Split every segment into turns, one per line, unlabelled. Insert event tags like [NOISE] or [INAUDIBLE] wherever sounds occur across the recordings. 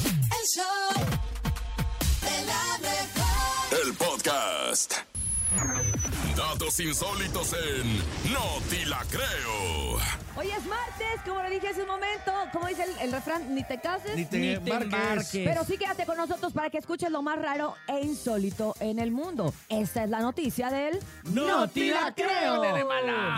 El show de la mejor.
El podcast. Datos insólitos en No Te La Creo.
Hoy es martes, como lo dije hace un momento, como dice el, el refrán, ni te cases,
Ni te,
Ni te
marques.
embarques.
pero sí quédate con nosotros para que escuches lo más raro e insólito en el mundo. Esta es la noticia del...
te la
nene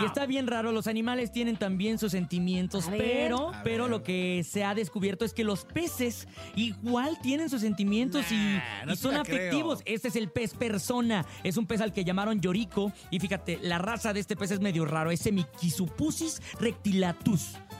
Y está bien raro, los animales tienen también sus sentimientos,
A ver.
pero,
A
pero
ver.
lo que se ha descubierto es que los peces igual tienen sus sentimientos y-
Nah,
y,
no te
son
la creo.
afectivos. Este es el pez persona, es un pez al que llamaron llorico y fíjate, la raza de este pez es medio raro, es Semicisupusis rectilatus.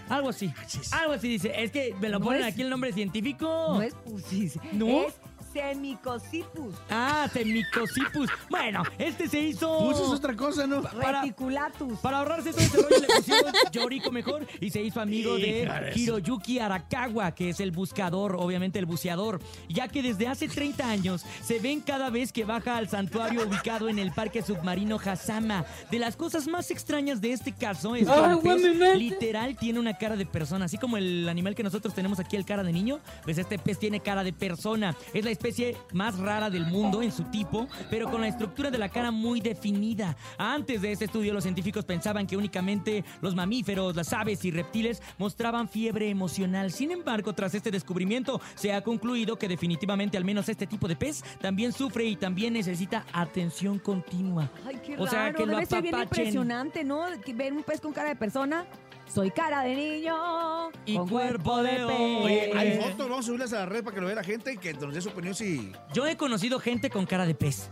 Algo así, algo así dice. Es que me lo
No
ponen
es-
aquí el nombre científico.
No es pusis,
¿No?
es semicocipus
Ah, Semicosipus. bueno, este se hizo...
Pues es otra cosa, ¿no?
Para-
reticulatus.
Para ahorrarse todo ese rollo le pusieron Yoriko mejor y se hizo amigo
Híjole.
de Hiroyuki Arakawa, que es el buscador, obviamente el buceador, ya que desde hace 30 años se ven cada vez que baja al santuario ubicado en el parque submarino Hasama. De las cosas más extrañas de este caso es que el pez literal tiene una cara de persona, así como el animal que nosotros tenemos aquí, el cara de niño, pues este pez tiene cara de persona. Es la especie más rara del mundo en su tipo, pero con la estructura de la cara muy definida. Antes de este estudio, los científicos pensaban que únicamente los mamíferos, las aves y reptiles mostraban fiebre emocional. Sin embargo, tras este descubrimiento, se ha concluido que definitivamente al menos este tipo de pez también sufre y también necesita atención continua.
Ay, qué
O sea,
raro,
que lo
debe ser bien
apapachen.
impresionante, ¿no? Que Ver un pez con cara de persona, soy cara de niño,
Y
con
cuerpo de hombre.
Oye, hay
Eh.
fotos, vamos a subirlas a la red para que lo vea la gente y que nos dé su opinión si...
Yo he conocido gente con cara de pez,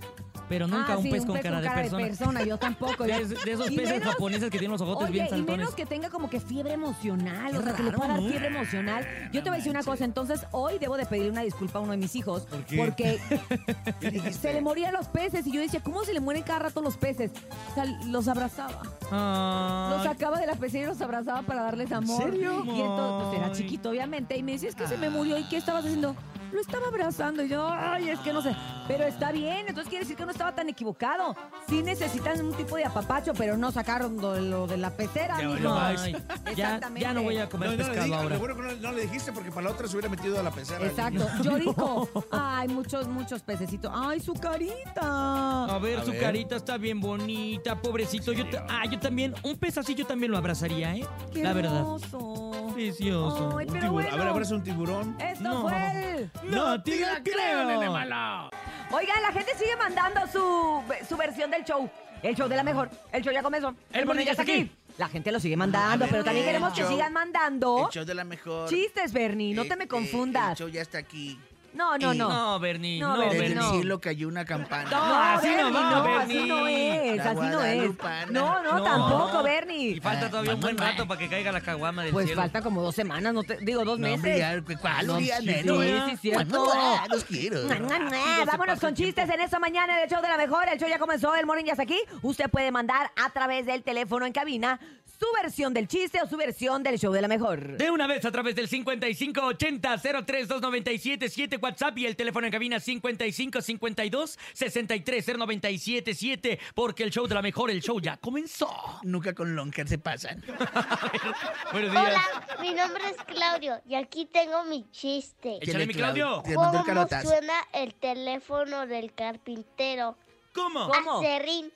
pero nunca
Ah,
un
sí,
pez con cara, de persona.
yo tampoco.
De, de esos
Y
peces
menos-
japoneses que tienen los ojotes
Oye,
bien
y
saltones.
menos que tenga como que fiebre emocional, o
Qué
sea, que le
raro,
pueda dar
¿no?
fiebre emocional. Yo te voy a decir una cosa, entonces hoy debo de pedir una disculpa a uno de mis hijos,
¿Por qué?
[LAUGHS]
porque
¿Qué dijiste?
se le morían los peces y yo decía, ¿cómo se le mueren cada rato los peces? O sea, los abrazaba,
Ay,
los sacaba de la pecera y los abrazaba para darles amor.
serio?
Y entonces, pues era
Ay.
chiquito, obviamente, y me decía, es que se me murió, ¿y qué estabas haciendo? Lo estaba abrazando, y yo, ay, es que no sé. Pero está bien, entonces quiere decir que no estaba tan equivocado. Sí necesitan un tipo de apapacho, pero no sacaron lo- lo de la pecera,
Ya
mijo.
valió madre.
ay, ya, ya no voy a
No,
comer
no le
pescado
digas,
ahora.
lo bueno que no, no le dijiste porque para la otra se hubiera metido a la pecera.
Exacto,
[LAUGHS]
llorico. Ay, muchos, muchos pececitos. Ay, su carita.
A ver,
A
su
ver.
carita está bien bonita, pobrecito. Yo ta- ah, yo también, un pez así yo también lo abrazaría, ¿eh?
Qué
la verdad.
hermoso.
Precioso.
Ay,
Un
pero
tiburón.
bueno.
A ver, abraza un tiburón.
Esto
No.
fue el...
No te la creo.
Oigan, la gente sigue mandando su, su versión del show. El show de
Ah.
la mejor. El show ya comenzó.
El
Bueno
Bonilla está aquí.
La gente lo sigue mandando,
A ver,
Ah, pero también
el
queremos que
show.
sigan mandando.
El show de la mejor.
Chistes, Bernie, no
Eh,
te me
eh, El
confundas.
show ya está aquí.
No, no,
Eh,
no.
No, Bernie,
No,
no,
Bernie,
Desde el
Bernie.
no.
cielo cayó una campana.
No, así no
Bernie,
va,
así
Bernie.
no es,
La
así no es.
guadalupana.
No, no,
No.
tampoco,
Y
Bernie.
falta todavía un buen
Mamá.
rato para que caiga la caguama del
Pues
cielo.
falta como dos semanas, no te, digo dos
No,
meses.
hombre, ya, ¿cuál?
No,
Urias,
sí,
Nero,
sí,
eh?
sí, cierto.
Mamá, [LAUGHS] Los quiero.
Mua, mua, mua.
Rápido se
Vámonos
pasa
con
el tiempo.
chistes en esta mañana en el show de la mejor. El show ya comenzó, el morning ya está aquí. Usted puede mandar a través del teléfono en cabina su versión del chiste o su versión del show de la mejor.
De una vez a través del 5580-032977 WhatsApp y el teléfono en cabina 5552-630977 porque el show de la mejor, el show ya comenzó.
Nunca con Lonker se pasan.
[LAUGHS] Buenos días.
Hola, mi nombre es Claudio y aquí tengo mi chiste.
Échale mi Claudio.
Te mandó el
¿Cómo
calotazo.
suena el teléfono del carpintero?
¿Cómo?
¿Cómo?
Acerrín.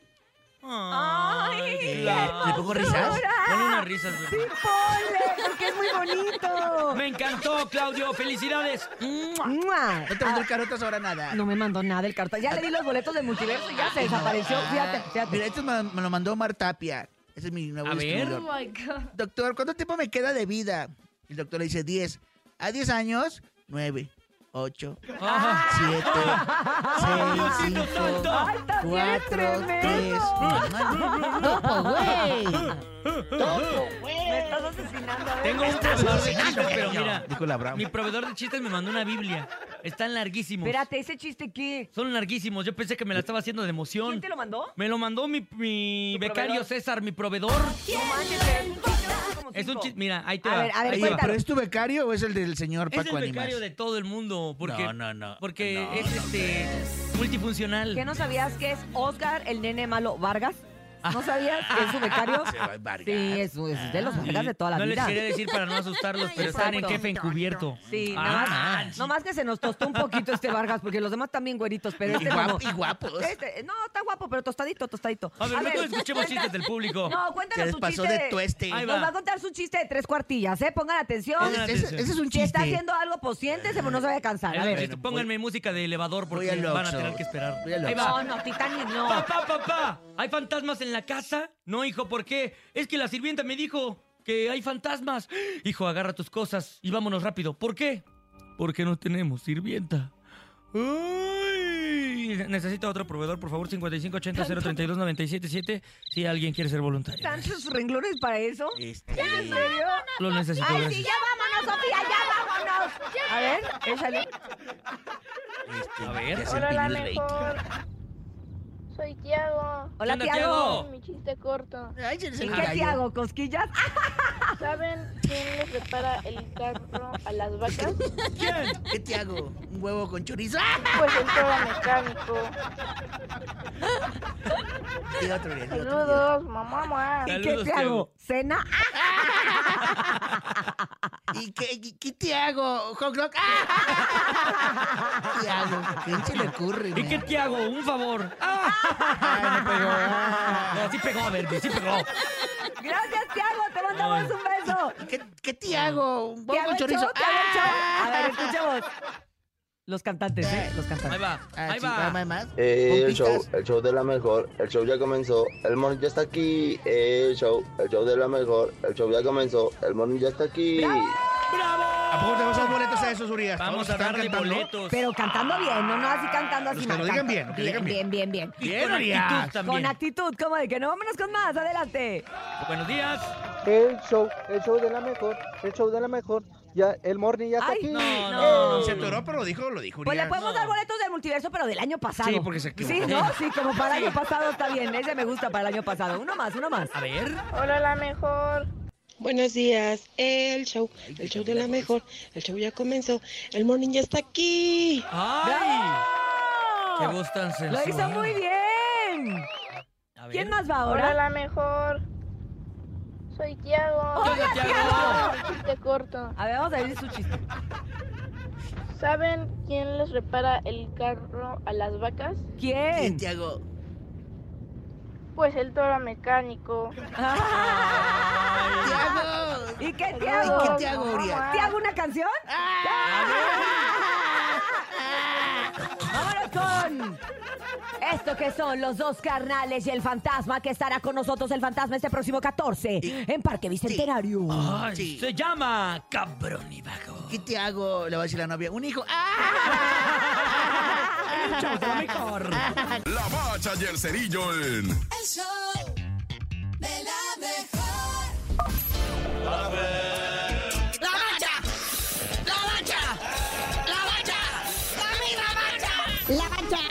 Ay, qué
¿Le pongo risas?
Pon unas risas.
Sí, ponle, porque es muy bonito.
Me encantó, Claudio. Felicidades. ¡Mua!
Mua.
No te mandó el carotas ahora nada.
Ah, no me mandó nada el cartón. Ya le di los boletos de multiverso y ya se desapareció. Fíjate, fíjate.
Ah, Mira, esto me, me lo mandó Omar Tapia. Ese es mi nuevo
A ver.
Oh
distribuidor. Doctor, ¿cuánto tiempo me queda de vida? Y El doctor le dice 10. ¿A 10 años? 9, 8, 7,
Ah.
6,
Diosito
5,
santo.
Ay, también es
4,
tremendo.
3.
Topo,
pues,
güey. Me estás asesinando. a ver.
Tengo un proveedor de chistes, pero mira,
Dijo la Brown.
mi proveedor de chistes me mandó una Biblia. Están larguísimos.
Espérate, ¿ese chiste qué?
Son larguísimos. Yo pensé que me la estaba haciendo de
¿Quién
emoción.
te lo mandó?
Me lo mandó mi, mi
¿Tu
becario
proveedor?
César, mi proveedor.
No manches, Bernie, un chiste hace como
Es un
cinco.
chiste. Mira, ahí te
A
va.
ver, a ver,
ahí
Oye,
va.
cuéntalo.
¿pero es tu becario o es el del señor
Es
Paco
el
Animas?
becario de todo el mundo. Porque,
No, no, no.
Porque
No,
es
no,
este multifuncional.
¿Qué no sabías que es Oscar, el nene malo Vargas? ¿No sabías que es su becario?
[LAUGHS] Se va Ah. a embargar.
Sí, es, es de los Vargas de toda la
no les
vida.
quería decir para no asustarlos, pero están en
Exacto.
jefe encubierto.
Sí,
Ah,
nada más, nomás que se nos tostó un poquito este Vargas, porque los demás también güeritos, pero
Y
este
guapo,
como-
y guapos.
Este- no, está guapo, pero tostadito, tostadito.
A ver, luego escuchemos
cuenta- [LAUGHS]
chistes del público.
No,
Se
cuéntanos
les
su
pasó
chiste.
de tueste.
Ahí
Nos
va.
va a contar su chiste de tres cuartillas, ¿eh? Pongan atención.
Pongan
Ese, ese-
atención.
ese es un
Si
chiste.
está haciendo algo, pues siéntese, pues no se vaya a cansar.
Era
A
un
ver.
chiste. Pónganme música de elevador porque
al
van a
Oxxo.
tener que esperar.
Voy al
Ahí
Oxxo.
va.
No, no, Titanic no.
Papá, papá, ¿hay fantasmas en la casa? No, hijo, ¿por qué? Es que la sirvienta me dijo que hay fantasmas. Hijo, agarra tus cosas y vámonos rápido. ¿Por qué? Porque no tenemos sirvienta. Uy, necesita otro proveedor, por favor, 5580 032 977 si alguien quiere ser voluntario.
¿Tantos renglones para eso?
Este,
¿En serio?
Lo necesito,
Ay,
gracias.
sí, ya vámonos, Sofía, ya vámonos. A ver, échale.
este,
A ver.
ya se
Hola, la
empinó el rey.
mejor. Soy Tiago.
Hola,
onda,
Tiago.
Tiago?
Mi chiste corto.
Ay, se les
¿En
cayó.
qué Tiago? ¿Cosquillas? ¡Ah!
¿Saben quién le prepara el carro a las vacas?
¿Quién?
¿Qué te hago? ¿Un huevo con chorizo? ¡Ah!
Pues el toro mecánico.
Y otro día, y otro día.
Saludos, mamá, mamá.
¿Y qué
Saludos,
Tiago?
Tiago.
¿Cena? ¡Ah!
[LAUGHS] ¿Y qué, qué- qué te hago? ¿Hot dog? ¡Ah! ¿Qué te hago? ¿Qué se le ocurre?
¿Y qué
man?
te hago? Un favor. ¡Ah!
[LAUGHS] Ay, no pegó. Ah.
No, sí pegó, a ver, sí pegó.
Gracias, Tiago. Te mandamos un beso.
¿Qué, qué te hago? ¿Un huevo
Tiago
con
Show,
chorizo?
Tiago Show. A ver,
¡Ah!
escuchemos. Los cantantes, ¿eh? Los
Ahí
cantantes.
va,
Ah,
ahí
sí, vamos,
va.
hay más.
Ey,
¿Con
Eh, el show,
pistas?
el show de la mejor, el show ya comenzó, el morning ya está aquí, Ey, el show, el show de la mejor, el show ya comenzó, el morning ya está aquí.
¿A
¡Bravo!
poco tenemos esos boletos a esos, Urias?
Vamos
¿Todos
a
están
darle
cantando?
boletos.
Pero cantando bien, no, no así cantando así.
Los que
mal,
lo digan
canta-
bien, los que digan
bien,
bien.
bien, bien.
Y
Bien,
con actitud
Arias.
también.
Con actitud, como de que no, vámonos con más, adelante.
Buenos días.
El show, el show de la mejor, el show de la mejor, ya, el morning ya
está Ay, aquí.
No, no, no.
Se atoró, pero lo dijo, lo dijo,
Pues le
Urias.
podemos dar boletos del multiverso, pero del año pasado.
Sí, porque se equivocó.
Sí, ¿no? Sí, como para el año pasado está bien. Ese me gusta para el año pasado. Uno más, uno más.
A ver.
Hola, la mejor.
Buenos días, el show, el show de la mejor, el show ya comenzó, el morning ya está aquí.
¡Ay! ¡Qué voz tan
Lo
sensual!
hizo muy bien.
A ver.
¿Quién más
Hola,
va ahora?
la mejor. Soy Tiago.
Hola, Tiago.
Mi chiste corto.
A ver, vamos a ver su chiste.
¿Saben quién les repara el carro a las vacas?
¿Qué
¿Quién?
te hago?
Pues el toro mecánico.
Ah.
¿Qué hago?
¿Y qué te
Ay, ¿Qué
hago?
te hago,
Mamá,
Urias?
¿Te hago una canción? Ah. Vámonos con esto que son los dos carnales y el fantasma que estará con nosotros el fantasma este próximo 14 en Parque Bicentenario.
Ay,
Sí. Ah.
Se llama Cabrón y Vago.
¿Qué te hago? Le va a decir la novia. Un hijo. ¡Ah!
Chau, de lo mejor.
La bacha y el cerillo en
El show de la mejor.
La bacha, la bacha, la bacha, la misma bacha. La bacha,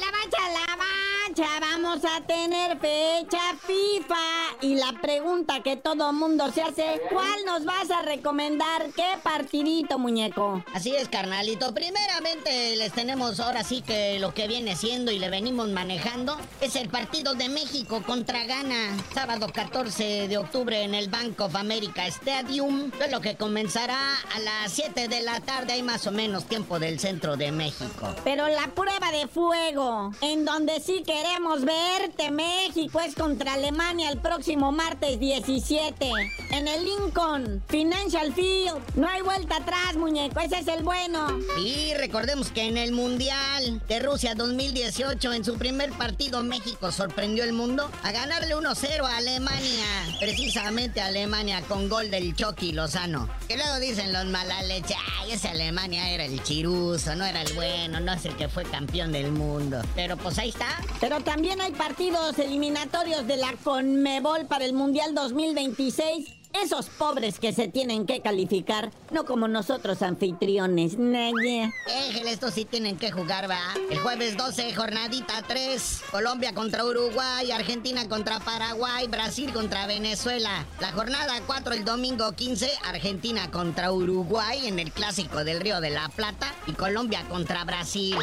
la bacha, la bacha. Vamos a tener fecha FIFA. Y la pregunta que todo mundo se hace, ¿cuál nos vas a recomendar? ¿Qué partidito, muñeco?
Así es, carnalito. Primeramente les tenemos ahora sí que lo que viene siendo y le venimos manejando es el partido de México contra Ghana, sábado 14 de octubre en el Bank of America Stadium, lo que comenzará a las 7 de la tarde, hay más o menos tiempo del centro de México.
Pero la prueba de fuego, en donde sí queremos verte, México, es contra Alemania el próximo martes 17. En el Lincoln Financial Field. No hay vuelta atrás, muñeco. Ese es el bueno.
Y recordemos que en el Mundial de Rusia 2018, en su primer partido, México sorprendió al mundo a ganarle 1-0 a Alemania. Precisamente a Alemania con gol del Chucky Lozano. Que luego dicen los mala leche, ay, ese Alemania era el chiruso, no era el bueno, no es el que fue campeón del mundo. Pero pues ahí está.
Pero también hay partidos eliminatorios de la Conmebol para el Mundial 2026. Esos pobres que se tienen que calificar, no como nosotros anfitriones. Nadie.
Ángel, estos sí tienen que jugar, va. El jueves 12, jornadita 3. Colombia contra Uruguay, Argentina contra Paraguay, Brasil contra Venezuela. La jornada 4, el domingo 15, Argentina contra Uruguay en el clásico del Río de la Plata y Colombia contra Brasil.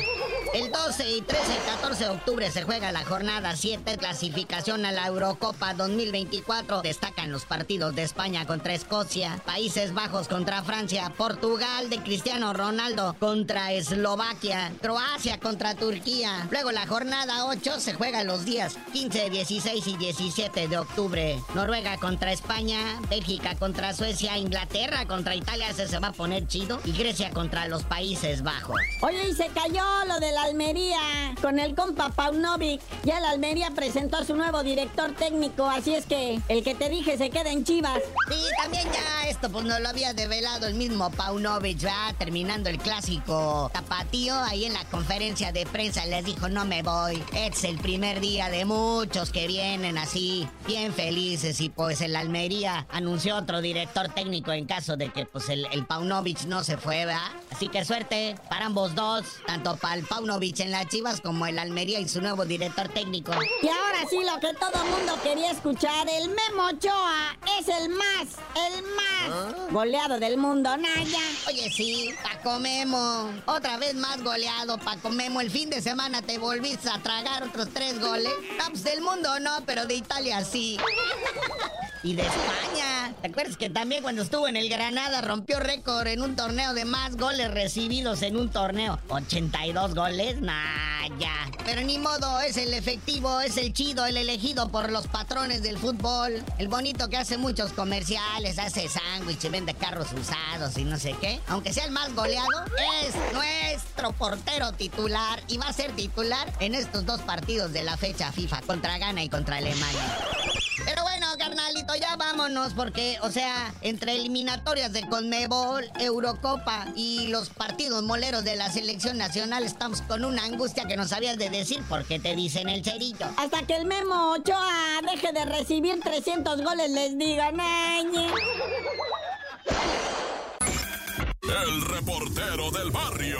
El 12 y 13 y 14 de octubre se juega la jornada 7, clasificación a la Eurocopa 2024. Destacan los partidos de España contra Escocia, Países Bajos contra Francia, Portugal de Cristiano Ronaldo contra Eslovaquia, Croacia contra Turquía. Luego la jornada 8 se juega los días 15, 16 y 17 de octubre. Noruega contra España, Bélgica contra Suecia, Inglaterra contra Italia, ese se va a poner chido, y Grecia contra los Países Bajos.
Oye, y se cayó lo de la Almería con el compa Paunovic. Ya la Almería presentó a su nuevo director técnico, así es que el que te dije se queda en Chivas.
Sí, también ya esto, pues nos lo había develado el mismo Paunovic, ya terminando el clásico tapatío, ahí en la conferencia de prensa les dijo, no me voy, es el primer día de muchos que vienen así, bien felices, y pues el Almería anunció otro director técnico en caso de que pues el, el Paunovic no se fue, ¿verdad? Así que suerte para ambos dos, tanto para el Paunovic en las Chivas como el Almería y su nuevo director técnico.
Y ahora sí, lo que todo mundo quería escuchar, el Memo Ochoa es el más, el
¿Ah?
más goleado del mundo, Naya.
Oye, sí, Paco Memo. Otra vez más goleado, Paco Memo. El fin de semana te volviste a tragar otros tres goles. No, pues del mundo no, pero de Italia sí. Y de España. ¿Te acuerdas que también cuando estuvo en el Granada rompió récord en un torneo de más goles recibidos en un torneo? 82 goles, nah, ya. Pero ni modo, es el efectivo, es el chido, el elegido por los patrones del fútbol. El bonito que hace muchos comerciales, hace sándwiches, vende carros usados y no sé qué. Aunque sea el más goleado, es nuestro portero titular y va a ser titular en estos dos partidos de la fecha FIFA contra Ghana y contra Alemania. Pero bueno, carnalito, ya vámonos porque, o sea, entre eliminatorias de Conmebol, Eurocopa y los partidos moleros de la selección nacional estamos con una angustia que no sabías de decir porque te dicen el cerito.
Hasta que el Memo Ochoa deje de recibir 300 goles, les digo, Naya.
El reportero del barrio.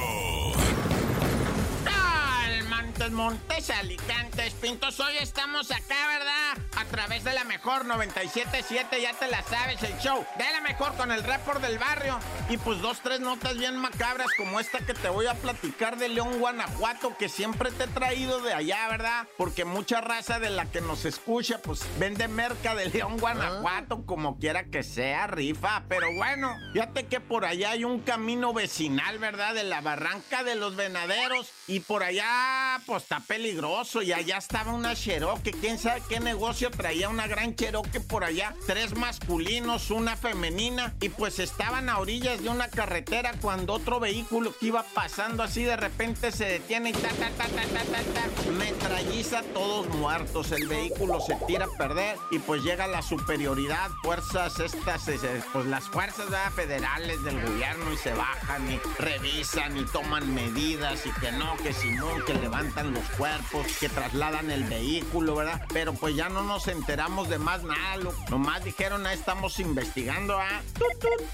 Montes, Montes, Alicantes, Pintos. Hoy estamos acá, ¿verdad? A través de la mejor 977, ya te la sabes, el show de la mejor con el report del barrio. Y pues dos, tres notas bien macabras como esta que te voy a platicar de León, Guanajuato, que siempre te he traído de allá, ¿verdad? Porque mucha raza de la que nos escucha, pues vende merca de León, Guanajuato, como quiera que sea, rifa. Pero bueno, fíjate que por allá hay un camino vecinal, ¿verdad? De la barranca de los venaderos. Y por allá Ah, pues está peligroso. Y allá estaba una Cherokee. Quién sabe qué negocio traía una gran Cherokee por allá. Tres masculinos, una femenina. Y pues estaban a orillas de una carretera cuando otro vehículo que iba pasando así de repente se detiene y ta, ta, ta, ta, ta, ta, ta. Metralliza todos muertos. El vehículo se tira a perder. Y pues llega la superioridad. Fuerzas estas, eh, eh, pues las fuerzas ¿verdad? federales del gobierno y se bajan y revisan y toman medidas. Y que no, que si no, que le levantan los cuerpos, que trasladan el vehículo, ¿verdad? Pero pues ya no nos enteramos de más nada, lo, nomás dijeron, ah, estamos investigando, ah. Tut, tut,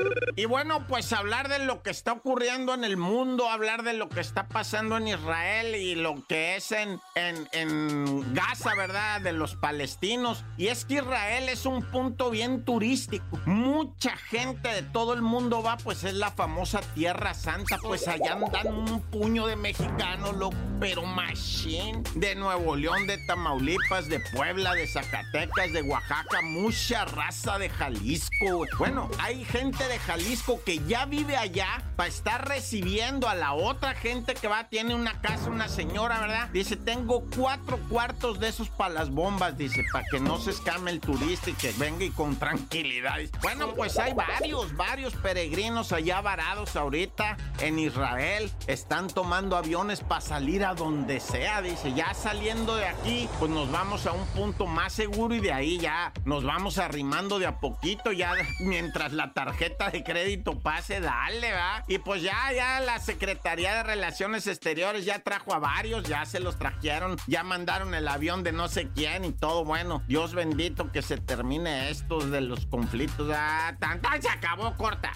arr. Y bueno, pues hablar de lo que está ocurriendo en el mundo, hablar de lo que está pasando en Israel y lo que es en, en, en Gaza, ¿verdad? De los palestinos. Y es que Israel es un punto bien turístico. Mucha gente de todo el mundo va, pues es la famosa Tierra Santa, pues allá andan un puño de mexicanos, loco pero machine de Nuevo León, de Tamaulipas, de Puebla, de Zacatecas, de Oaxaca, mucha raza de Jalisco. güey. Bueno, hay gente de Jalisco que ya vive allá para estar recibiendo a la otra gente que va, tiene una casa, una señora, ¿verdad? Dice, tengo cuatro cuartos de esos para las bombas, dice, para que no se escame el turista y que venga y con tranquilidad. Bueno, pues hay varios, varios peregrinos allá varados ahorita en Israel. Están tomando aviones para salir a donde sea, dice, ya saliendo de aquí, pues nos vamos a un punto más seguro y de ahí ya nos vamos arrimando de a poquito, ya mientras la tarjeta de crédito pase, dale, va. Y pues ya, ya la Secretaría de Relaciones Exteriores ya trajo a varios, ya se los trajeron, ya mandaron el avión de no sé quién y todo bueno. Dios bendito que se termine estos de los conflictos. Ah, tan, tan, se acabó corta.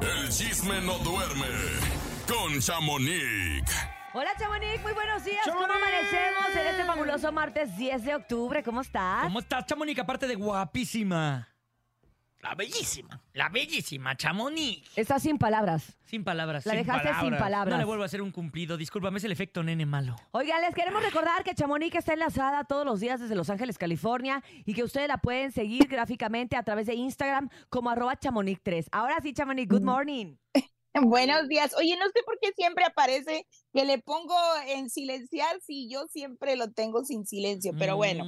El chisme no duerme con Chamonix.
Hola, Chamonix, muy buenos días. ¿Cómo amanecemos en este fabuloso martes 10 de octubre? ¿Cómo estás?
¿Cómo estás, Chamonix? Aparte de guapísima.
La bellísima. La bellísima Chamonix.
Está sin palabras.
Sin palabras.
La dejaste sin palabras.
No le vuelvo a hacer un cumplido. Discúlpame, es el efecto nene malo.
Oigan, les queremos recordar que Chamonix está enlazada todos los días desde Los Ángeles, California, y que ustedes la pueden seguir gráficamente a través de Instagram como arroba chamonix3. Ahora sí, Chamonix, good morning.
[LAUGHS] Buenos días. Oye, no sé por qué siempre aparece que le pongo en silenciar si yo siempre lo tengo sin silencio, pero bueno,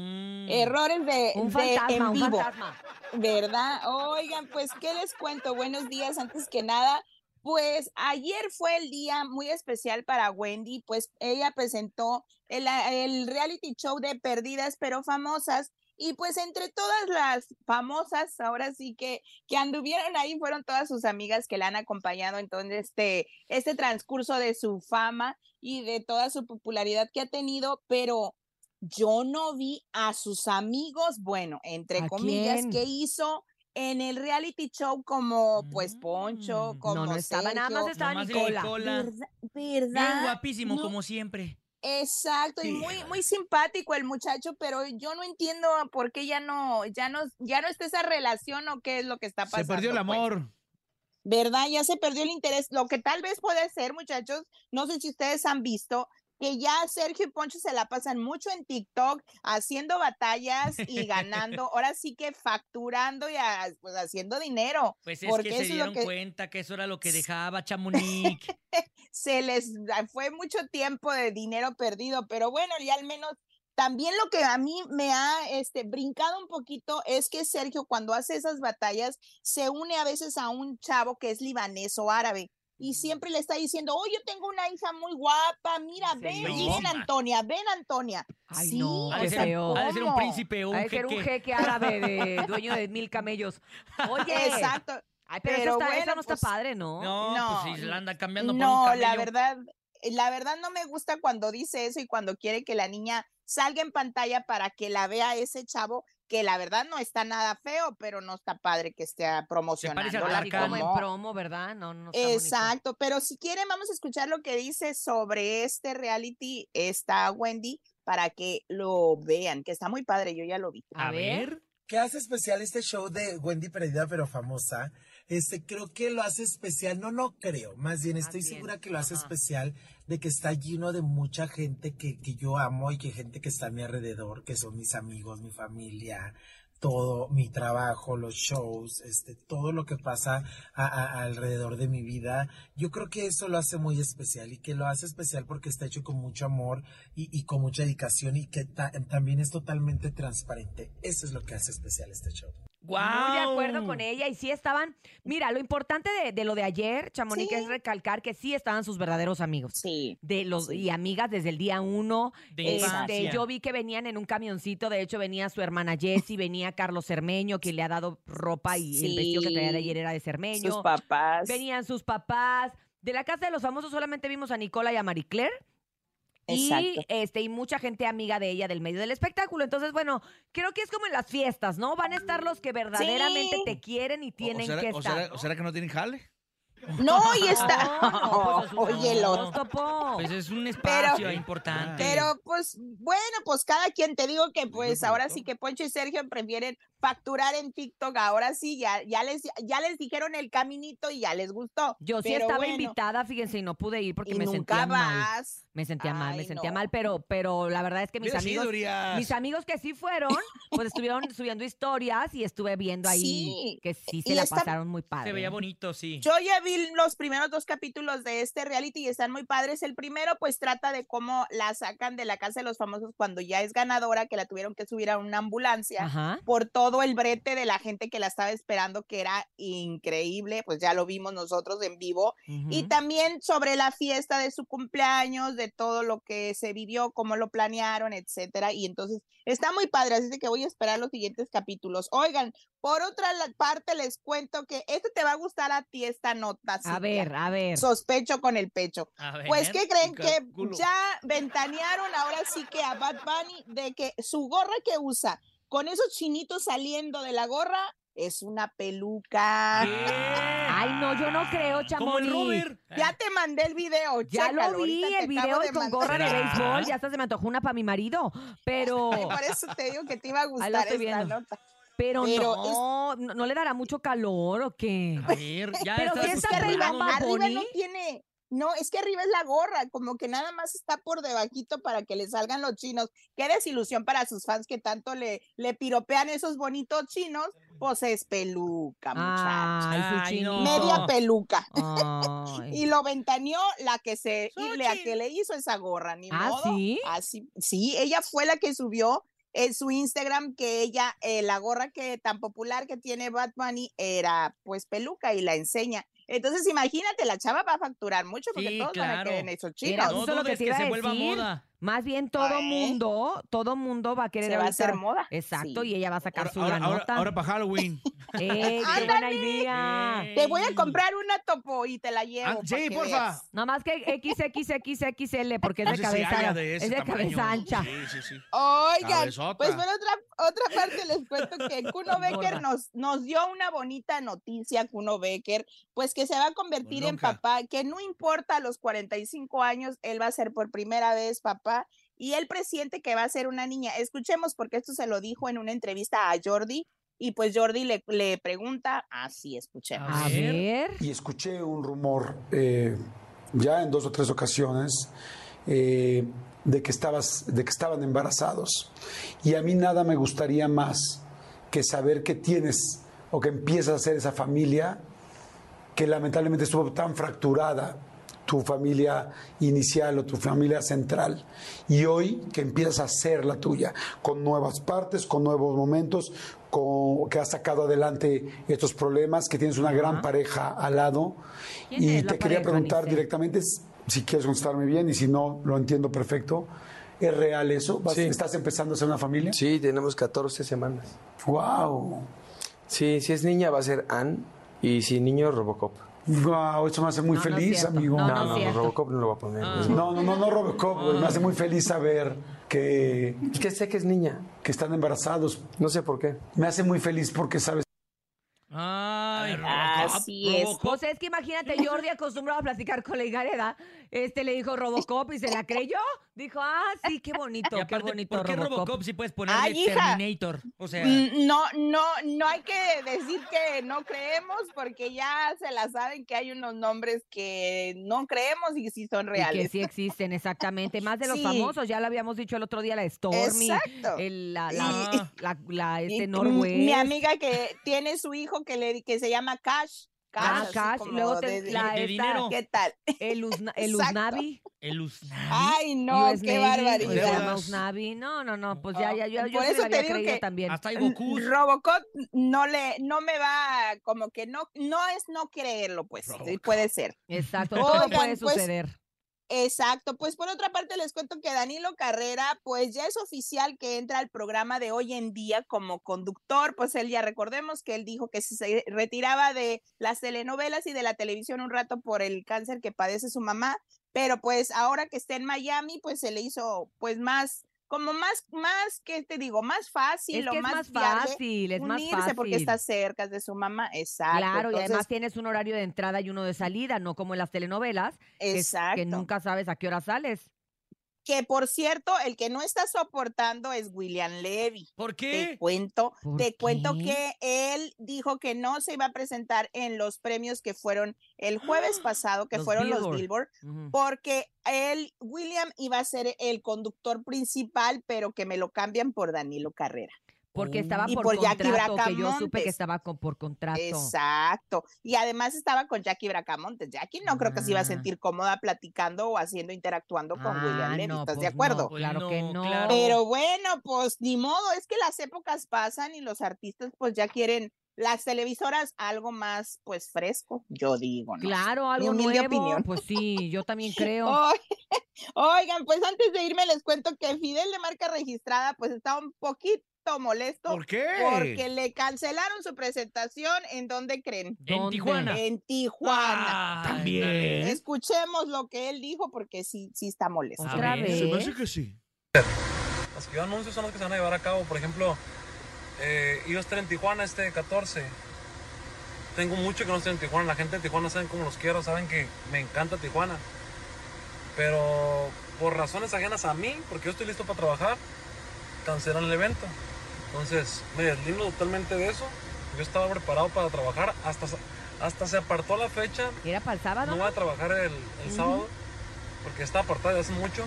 errores de,
Un
de
fantasma,
en
un
vivo.
fantasma.
¿Verdad? Oigan, pues, ¿qué les cuento? Buenos días, antes que nada. Pues ayer fue el día muy especial para Wendy, pues ella presentó el, el reality show de Perdidas pero Famosas y pues entre todas las famosas, ahora sí que, que anduvieron ahí, fueron todas sus amigas que la han acompañado en todo este, este transcurso de su fama y de toda su popularidad que ha tenido, pero yo no vi a sus amigos, bueno, entre comillas,
quién?
que hizo en el reality show como pues Poncho, como
Mm, no estaba, nada más
Sergio.
estaba Nomás Nicola. Nicola.
Verda- ¿Verdad?
Bien guapísimo,
No,
como siempre.
Exacto, y muy, muy simpático el muchacho, pero yo no entiendo por qué ya no, ya no, ya no está esa relación o qué es lo que está
Se
pasando.
perdió el
pues.
amor.
¿verdad? Ya se perdió el interés. Lo que tal vez puede ser, muchachos, no sé si ustedes han visto que ya Sergio y Poncho se la pasan mucho en TikTok haciendo batallas
[LAUGHS]
y ganando, ahora sí que facturando y ah, pues, haciendo dinero.
Pues es
porque
que se
eso es lo
dieron
que
cuenta que eso era lo que
[LAUGHS]
dejaba Chamonix.
se les da- fue mucho tiempo de dinero perdido, pero bueno, ya al menos también lo que a mí me ha este, brincado un poquito es que Sergio cuando hace esas batallas se une a veces a un chavo que es libanés o árabe. Y siempre le está diciendo, oh, yo tengo una hija muy guapa, mira, ven, ven
Bellísima.
Antonia, ven Antonia. sí,
no,
ha de
qué
ser-
feo.
ha de ser un príncipe o
Ha
un
de ser un
jeque.
jeque árabe de dueño de
[LAUGHS]
mil camellos. Oye.
Exacto.
Ay, pero,
Pero
eso, está, eso
bueno,
no está
pues,
padre, ¿no?
No,
No,
pues si la anda cambiando por un
No,
camello.
la verdad, la verdad no me gusta cuando dice eso y cuando quiere que la niña salga en pantalla para que la vea ese chavo, que la verdad no está nada feo, pero no está padre que esté promocionando.
Así como en promo, ¿verdad? No, no está bonito.
Exacto, pero si quieren vamos a escuchar lo que dice sobre este reality está Wendy para que lo vean, que está muy padre, yo ya lo vi.
¿Qué hace especial este show de Wendy Perdida pero famosa? Este, creo que lo hace especial, no, no creo, más bien estoy segura que lo hace especial de que está lleno de mucha gente que, que yo amo y que gente que está a mi alrededor, que son mis amigos, mi familia, todo, mi trabajo, los shows, este, todo lo que pasa a- a- alrededor de mi vida. Yo creo que eso lo hace muy especial y que lo hace especial porque está hecho con mucho amor y, y con mucha dedicación y que ta- también es totalmente transparente. Eso es lo que hace especial este show.
Muy de acuerdo
¡Guau!
con ella y sí estaban. Mira, lo importante de, de lo de ayer, Chamonix, es recalcar que sí estaban sus verdaderos amigos.
Sí.
De los y amigas desde el día uno.
De
Este,
infancia.
yo vi que venían en un camioncito. De hecho, venía su hermana Jessie, venía Carlos Cermeño, quien le ha dado ropa y el vestido que traía de
Sí.
ayer era de Cermeño.
Sus papás.
Venían sus papás. De la casa de los famosos solamente vimos a Nicola y a Marie Claire. Y,
Exacto.
este, y mucha gente amiga de ella del medio del espectáculo. Entonces, bueno, creo que es como en las fiestas, ¿no? Van a estar los que verdaderamente
Sí.
te quieren y tienen
será,
que
o
estar.
será- o será que no tienen jale?
No, y está.
pues
[LAUGHS]
[LAUGHS]
Oye, el
No,
otro.
Pues es un espacio importante.
Pero pues bueno, pues cada quien te digo que pues ahora sí que Poncho y Sergio prefieren facturar en TikTok, ahora sí ya ya les ya les dijeron el caminito y ya les gustó.
Yo sí
Pero
estaba
bueno,
invitada, fíjense, y no pude ir porque
Y
me
nunca
sentía mal.
vas.
Me sentía mal, me
Ay,
sentía
no.
mal, pero, pero la verdad es que mis
Hubieras ido,
amigos,
Urias.
mis amigos que sí fueron, pues estuvieron subiendo historias y estuve viendo ahí
Sí.
que sí
Y
se la
está-
pasaron muy padre.
Se veía bonito, sí.
Yo ya vi los primeros dos capítulos de este reality y están muy padres. El primero pues trata de cómo la sacan de la casa de los famosos cuando ya es ganadora, que la tuvieron que subir a una ambulancia
Ajá.
por todo el brete de la gente que la estaba esperando, que era increíble, pues ya lo vimos nosotros en vivo. Y también sobre la fiesta de su cumpleaños, de todo lo que se vivió, cómo lo planearon, etcétera. Y entonces está muy padre, así es de que voy a esperar los siguientes capítulos. Oigan, por otra la- parte les cuento que este te va a gustar a ti esta nota. Cintia.
ver, a ver.
Sospecho con el pecho.
A ver.
Pues, ¿qué creen?
Con
Que
culo.
ya ventanearon ahora sí que a Bad Bunny de que su gorra que usa, con esos chinitos saliendo de la gorra, es una peluca.
Ay, no, yo no creo,
Como el
Chamonix.
Ya te mandé el video.
Ya
chécalo,
lo vi,
ahorita te
el video
acabo
y con
mandar. [LAUGHS]
gorra de béisbol. Ya hasta se me antojó una para mi marido. Pero.
Por eso te digo que te iba a gustar
Ahí lo estoy
esta
viendo.
nota.
Pero,
Pero
no, no, no le dará mucho calor o qué. A
ver,
Pero que es que arriba, arriba no
Bonnie.
tiene. No, es que arriba es la gorra, como que nada más está por debajito para que le salgan los chinos. Qué desilusión para sus fans que tanto le, le piropean esos bonitos chinos. Pues es peluca,
Ay, su
muchachos.
chinito.
Media peluca.
[LAUGHS]
Ay.
Y lo ventaneó la que se y la que le hizo esa gorra, ni
¿Ah,
modo.
sí?
Así, sí, ella fue la que subió en su Instagram que ella eh, la gorra que tan popular que tiene Bad Bunny era pues peluca y la enseña. Entonces imagínate, la chava va a facturar mucho porque
Sí,
todos van a
claro.
querer en esos
Mira,
chinos.
no Eso es lo que dudes te que iba a se vuelva decir. moda.
Más bien todo mundo, todo mundo va a querer
Se va a
ahorita-
hacer moda.
Exacto, y ella va a sacar su
Ahora, ahora,
granota.
ahora para Halloween.
[LAUGHS]
¡Ey, eh, qué buena idea!
Te voy a comprar una topo y te la llevo.
Ah,
para
sí,
que
porfa.
veas.
Nada más
[LAUGHS]
que XXXXXL, porque es
No
de
sé si
cabeza.
haya de ese
es de
tamaño.
cabeza ancha.
Sí, sí, sí.
Oigan,
Cabezota.
pues por otra, otra parte les cuento
[LAUGHS]
que Kuno
Gorda.
Becker nos, nos dio una bonita noticia, Kuno Becker, pues que se va a convertir en
Bolonja.
papá, que no importa a los 45 años, él va a ser por primera vez papá y él presiente que va a ser una niña. Escuchemos porque esto se lo dijo en una entrevista a Jordi y pues Jordi le, le pregunta, así escuchemos.
A ver.
Y escuché un rumor eh, ya en dos o tres ocasiones eh, de, que estabas, de que estaban embarazados. Y a mí nada me gustaría más que saber que tienes o que empiezas a ser esa familia que lamentablemente estuvo tan fracturada tu familia inicial o tu familia central y hoy que empiezas a hacer la tuya con nuevas partes, con nuevos momentos, con, que has sacado adelante estos problemas, que tienes una gran pareja al lado
¿Quién
y
es la
te quería
pareja,
preguntar
Nicel?
directamente es- si quieres contestarme bien y si no lo entiendo perfecto. ¿Es real eso? ¿Vas-
Sí.
¿Estás empezando a ser una familia?
Sí, tenemos 14 semanas.
¡Wow!
Sí, si es niña va a ser Ann y si niño Robocop.
¡Wow! Eso me hace muy
No, no es
feliz,
cierto. Ah.
amigo.
No, no, no, Robocop no lo va a
Ah.
poner. es-
No, no, no, no Robocop, güey. Me hace muy feliz saber que.
que sé que es niña.
Que están embarazados.
No sé por qué.
Me hace muy feliz porque sabes.
ah,
Ah,
Así es.
Pues es que imagínate, Jordi acostumbrado a platicar con la higareda, este le dijo Robocop y se la creyó. Dijo, ah, sí, qué bonito,
Y
qué
aparte,
bonito
¿por qué Robocop,
Robocop
si puedes ponerle
Ay, hija.
Terminator? O sea,
Mm, No, no, no hay que decir que no creemos porque ya se la saben que hay unos nombres que no creemos y sí son
Y que
reales.
sí existen, exactamente. Más de los
Sí.
famosos, ya lo habíamos dicho el otro día, la Stormy.
Exacto.
el- la, la, la- la-
Y
este
m-
Norwest.
Mi amiga que tiene su hijo que le que se llama Cash. Cash.
Ah,
así
Cash,
como
luego
de-
te, la
de-
esta-
dinero. ¿Qué tal?
[LAUGHS] El,
[LAUGHS]
Usna- el
Exacto.
Usnavi.
el Usna.
Ay, no,
US Navy,
qué
o sea,
barbaridad. Ah,
Mouse Navi. No, no, no, pues ya, ya, yo, yo
Por
se
eso
la había
te digo
creído
que
también.
Robocop no le, no me va, como que no, no es no creerlo, pues, puede ser.
Exacto, todo
Oigan,
puede
pues,
suceder.
Exacto, pues por otra parte les cuento que Danilo Carrera pues ya es oficial que entra al programa de hoy en día como conductor, pues él ya recordemos que él dijo que se retiraba de las telenovelas y de la televisión un rato por el cáncer que padece su mamá, pero pues ahora que está en Miami pues se le hizo pues más como más más que te digo más fácil
Es
o
que es
más,
más
viable
fácil, es más
unirse porque
fácil.
está cerca de su mamá exacto
Claro, y
entonces,
además tienes un horario de entrada y uno de salida, no como en las telenovelas, que, es- que
Exacto.
nunca sabes a qué hora sales.
Que por cierto, el que no está soportando es William Levy.
¿Por
qué? Te cuento, te cuento que él dijo que no se iba a presentar en los premios que fueron el jueves pasado, que
Los
fueron los
Billboard.
Billboard,
Ujú.
porque él, William, iba a ser el conductor principal, pero que me lo cambian por Danilo Carrera.
Porque estaba
Y
por,
por Jackie
contrato, que yo supe que
Bracamontes.
estaba con- por contrato.
Exacto. Y además estaba con Jackie Bracamontes. Jackie no creo que se iba a sentir cómoda platicando o haciendo, interactuando con
Ah,
William Levy.
no,
¿Estás
pues
de
no,
acuerdo?
claro que no.
Pero bueno, pues ni modo, es que las épocas pasan y los artistas pues ya quieren las televisoras algo más pues fresco, yo digo, ¿no?
Claro,
Mi
algo
humilde
nuevo.
opinión. oh.
Pues sí, yo
[LAUGHS]
también creo.
Oy- Oigan, pues antes de irme les cuento que Fidel de marca registrada pues está un poquito molesto.
¿Por qué?
Porque le cancelaron su presentación en donde creen.
¿En Tijuana?
En Tijuana.
también.
Escuchemos lo que él dijo porque sí, sí está molesto.
Se me hace que sí.
Los que yo anuncio son los que se van a llevar a cabo. Por ejemplo, eh, iba a estar en Tijuana este 14. Tengo mucho que no estoy en Tijuana. La gente de Tijuana saben cómo los quiero, saben que me encanta Tijuana. Pero por razones ajenas a mí, porque yo estoy listo para trabajar, cancelan el evento. Entonces, me deslindo totalmente de eso. Yo estaba preparado para trabajar. Hasta, hasta se apartó la fecha.
¿Era para el sábado?
No voy a trabajar el, el
Ujú.
sábado porque está apartado desde hace mucho.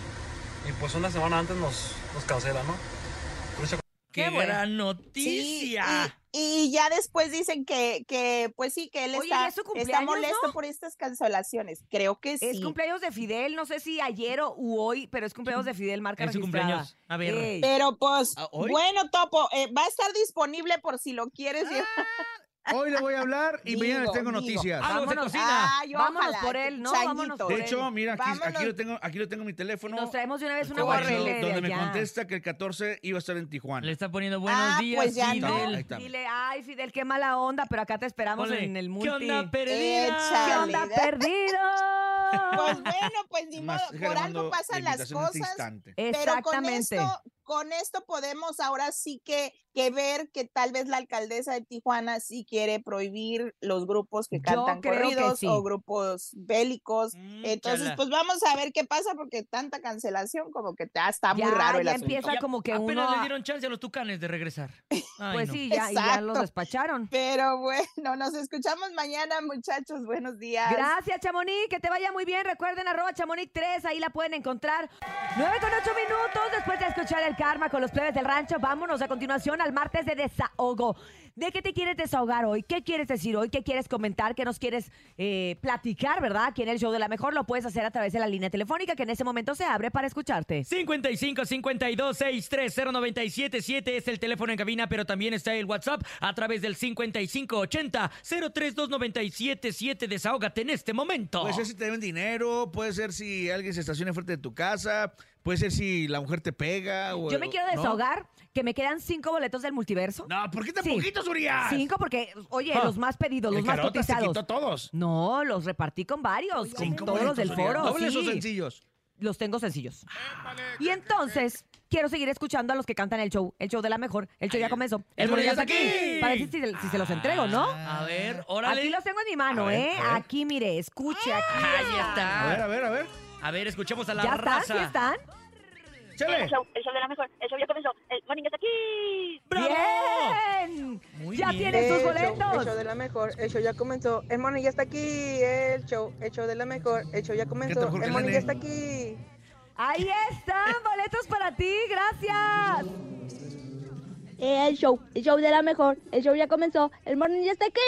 Y pues una semana antes nos, nos cancela, ¿no? Lucha
¡Qué gran
noticia! Y, y ya después dicen que, que, pues sí, que él
Oye,
está,
¿y es su
está
cumpleaños,
molesto
no?
por estas cancelaciones. Creo que sí.
Es cumpleaños de Fidel, no sé si ayer o u hoy, pero es cumpleaños de Fidel, marca
Es su
registrada.
cumpleaños. A ver.
Ey.
Pero pues,
hoy?
bueno, Topo, eh, va a estar disponible por si lo quieres.
Hoy le voy a hablar
y mañana les tengo noticias. Vámonos.
Ah, Ay, ojalá,
Vámonos por él, ¿no?
changuito.
Vámonos por
De
él.
hecho, mira, aquí,
Vámonos.
aquí lo tengo, aquí lo tengo mi teléfono.
Nos traemos de una vez
el
una
teléfono
guarrele de
Donde me
allá.
contesta que el 14 iba a estar en Tijuana. Le
está poniendo
buenos Ah, días,
pues ya no.
Ahí está.
Dile, ay, Fidel, qué mala onda, pero acá te esperamos
Ponle,
en el
¿qué
multi.
onda, perdida?
¿Qué onda,
Échale.
perdido?
Pues bueno, pues ni
Más,
modo,
déjale,
por
mando
algo pasan
la
las
invitación en este
cosas.
instante.
Eh,
Pero con
Exactamente.
esto, con esto podemos ahora sí que, que ver que tal vez la alcaldesa de Tijuana sí quiere prohibir los grupos que cantan
creo que
corridos
sí.
o grupos bélicos. Entonces,
chala.
pues vamos a ver qué pasa porque tanta cancelación como que ah, está muy
Ya,
raro el
ya
asunto.
empieza como que
apenas
uno
le
a-
Le dieron chance a los tucanes de
[LAUGHS]
regresar. Ay,
Pues
no.
sí, ya, y ya los
Exacto.
despacharon.
Pero bueno, nos escuchamos mañana, muchachos. Buenos días.
Gracias, Chamonix. Que te vaya muy bien. Recuerden, arroba Chamonix3. Ahí la pueden encontrar. 9 con 8 minutos después de escuchar el karma con los plebes del rancho. Vámonos a continuación al martes de desahogo. ¿De qué te quieres desahogar hoy? ¿Qué quieres decir hoy? ¿Qué quieres comentar? ¿Qué nos quieres eh, platicar, verdad? Aquí en el show de la mejor lo puedes hacer a través de la línea telefónica que en ese momento se abre para escucharte.
55 52 630 977 es el teléfono en cabina, pero también está el WhatsApp a través del 55 80 032 977. Desahógate en este momento.
Pues
Puede ser si te deben dinero, puede ser si alguien se estaciona frente de tu casa, puede ser si la mujer te pega. o-
Yo me quiero
¿no?
desahogar que me quedan cinco boletos del multiverso.
No, ¿por qué tan poquitos, Urias?
Cinco, porque, oye,
Ah.
los más pedidos, los
El
más
Carotas se
cotizados.
quitó todos.
No, los repartí con varios, con
Cinco
todos los del
boletos,
foro.
Urias. ¿Dobles o
sí.
sencillos?
Los tengo sencillos. Y entonces, quiero seguir escuchando a los que cantan el show. El show de la mejor. El show ya comenzó.
el
El
show
show
ya
ya está
está
aquí.
aquí.
Para decir si, si se los entrego, ¿no?
A ver, órale.
Ah. Aquí los tengo en mi mano,
A ver,
¿eh?
a ver. Ah,
Aquí, mire, escuche aquí.
Ahí está.
A ver, a
ver, a ver.
A ver, escuchemos a la
¿Ya están?
raza.
¿Sí están?
¡Chale!
El show, el show de la mejor. El show ya comenzó. El morning está aquí.
¡Bien! ¡Ya
bien.
tienen sus
Eso,
boletos!
El show de la mejor, el show ya comenzó. El money ya está aquí. El show, el show de la mejor, el show ya comenzó.
mejor que
El money
el
ya
nene.
está aquí.
Ahí están, boletos para ti, gracias.
El show, el show de la mejor. El show ya comenzó. El morning ya está aquí.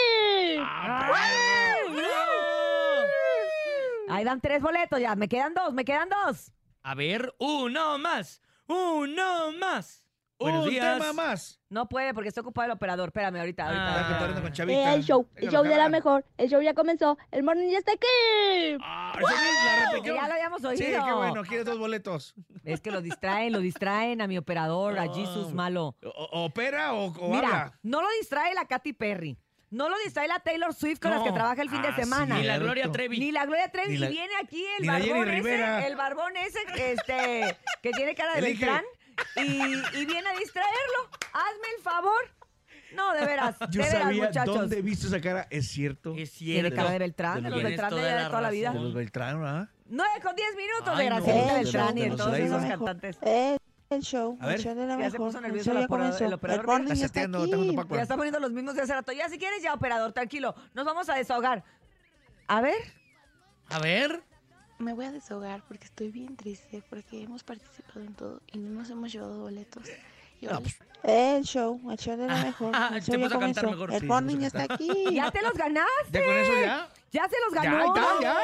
Ahí dan tres boletos ya, me quedan dos, me quedan dos.
A ver, uno más. Uno más.
Buenos
Un
días.
tema más.
No puede porque está ocupado el operador, espérame, ahorita, ahorita.
Ah.
Está hablando con Chavita.
Eh, El show, el
Déjalo
show de la
acabar.
mejor. El show ya comenzó. El morning ya está aquí.
La repetimos.
Ya lo habíamos oído.
Sí, qué bueno, quieres dos boletos.
Es que lo distraen, lo distraen a mi operador, a Jesus Malo.
O- ¿Opera o, Oh. o
Mira,
habla?
no lo distrae la Katy Perry. No lo distrae la Taylor Swift con las
No.
que trabaja el fin
Ah,
de semana.
sí, Ni la cierto. Gloria
Trevi.
Ni la Gloria Trevi.
Ni la-
y viene aquí el
ni la Jenny
barbón
Rivera.
ese, el barbón ese
[LAUGHS]
este, que tiene cara de
Elige.
Beltrán. Y, y viene a distraerlo. Hazme el favor. No, de veras,
Yo
de veras,
sabía
muchachos.
dónde viste esa cara. Es cierto. Es
cierto.
Tiene cara de Beltrán, de los
Tienes
Beltrán de allá de toda la vida.
De los Beltrán, ¿ah? ¿verdad?
9 con 10 minutos de
Ay, no.
Graciela
De los-
Beltrán y
de
de
los
todos esos
Laila.
cantantes.
Eh, El show,
A ver.
el show de la
Ya se
mejor.
puso
el
nervioso
show
el
ya
opera-
comenzó.
el operador.
El morning
Está
ya está
chateando,
aquí.
está hablando Paco.
Ya está poniendo los mismos de hace rato. Ya si quieres, ya operador, tranquilo. Nos vamos a desahogar. A ver.
A ver.
Me voy a desahogar porque estoy bien triste, porque hemos participado en todo y no nos hemos llevado boletos. Y ahora les-
Eh,
El show, el show de la mejor.
ah,
El
te
show ya
puso a cantar
comenzó.
mejor.
El
Sí,
morning
te
ya
puso a
está aquí.
[LAUGHS] Ya te los ganaste.
¿Ya con eso ya?
Ya se
Ya,
los ganó.
ya, ya.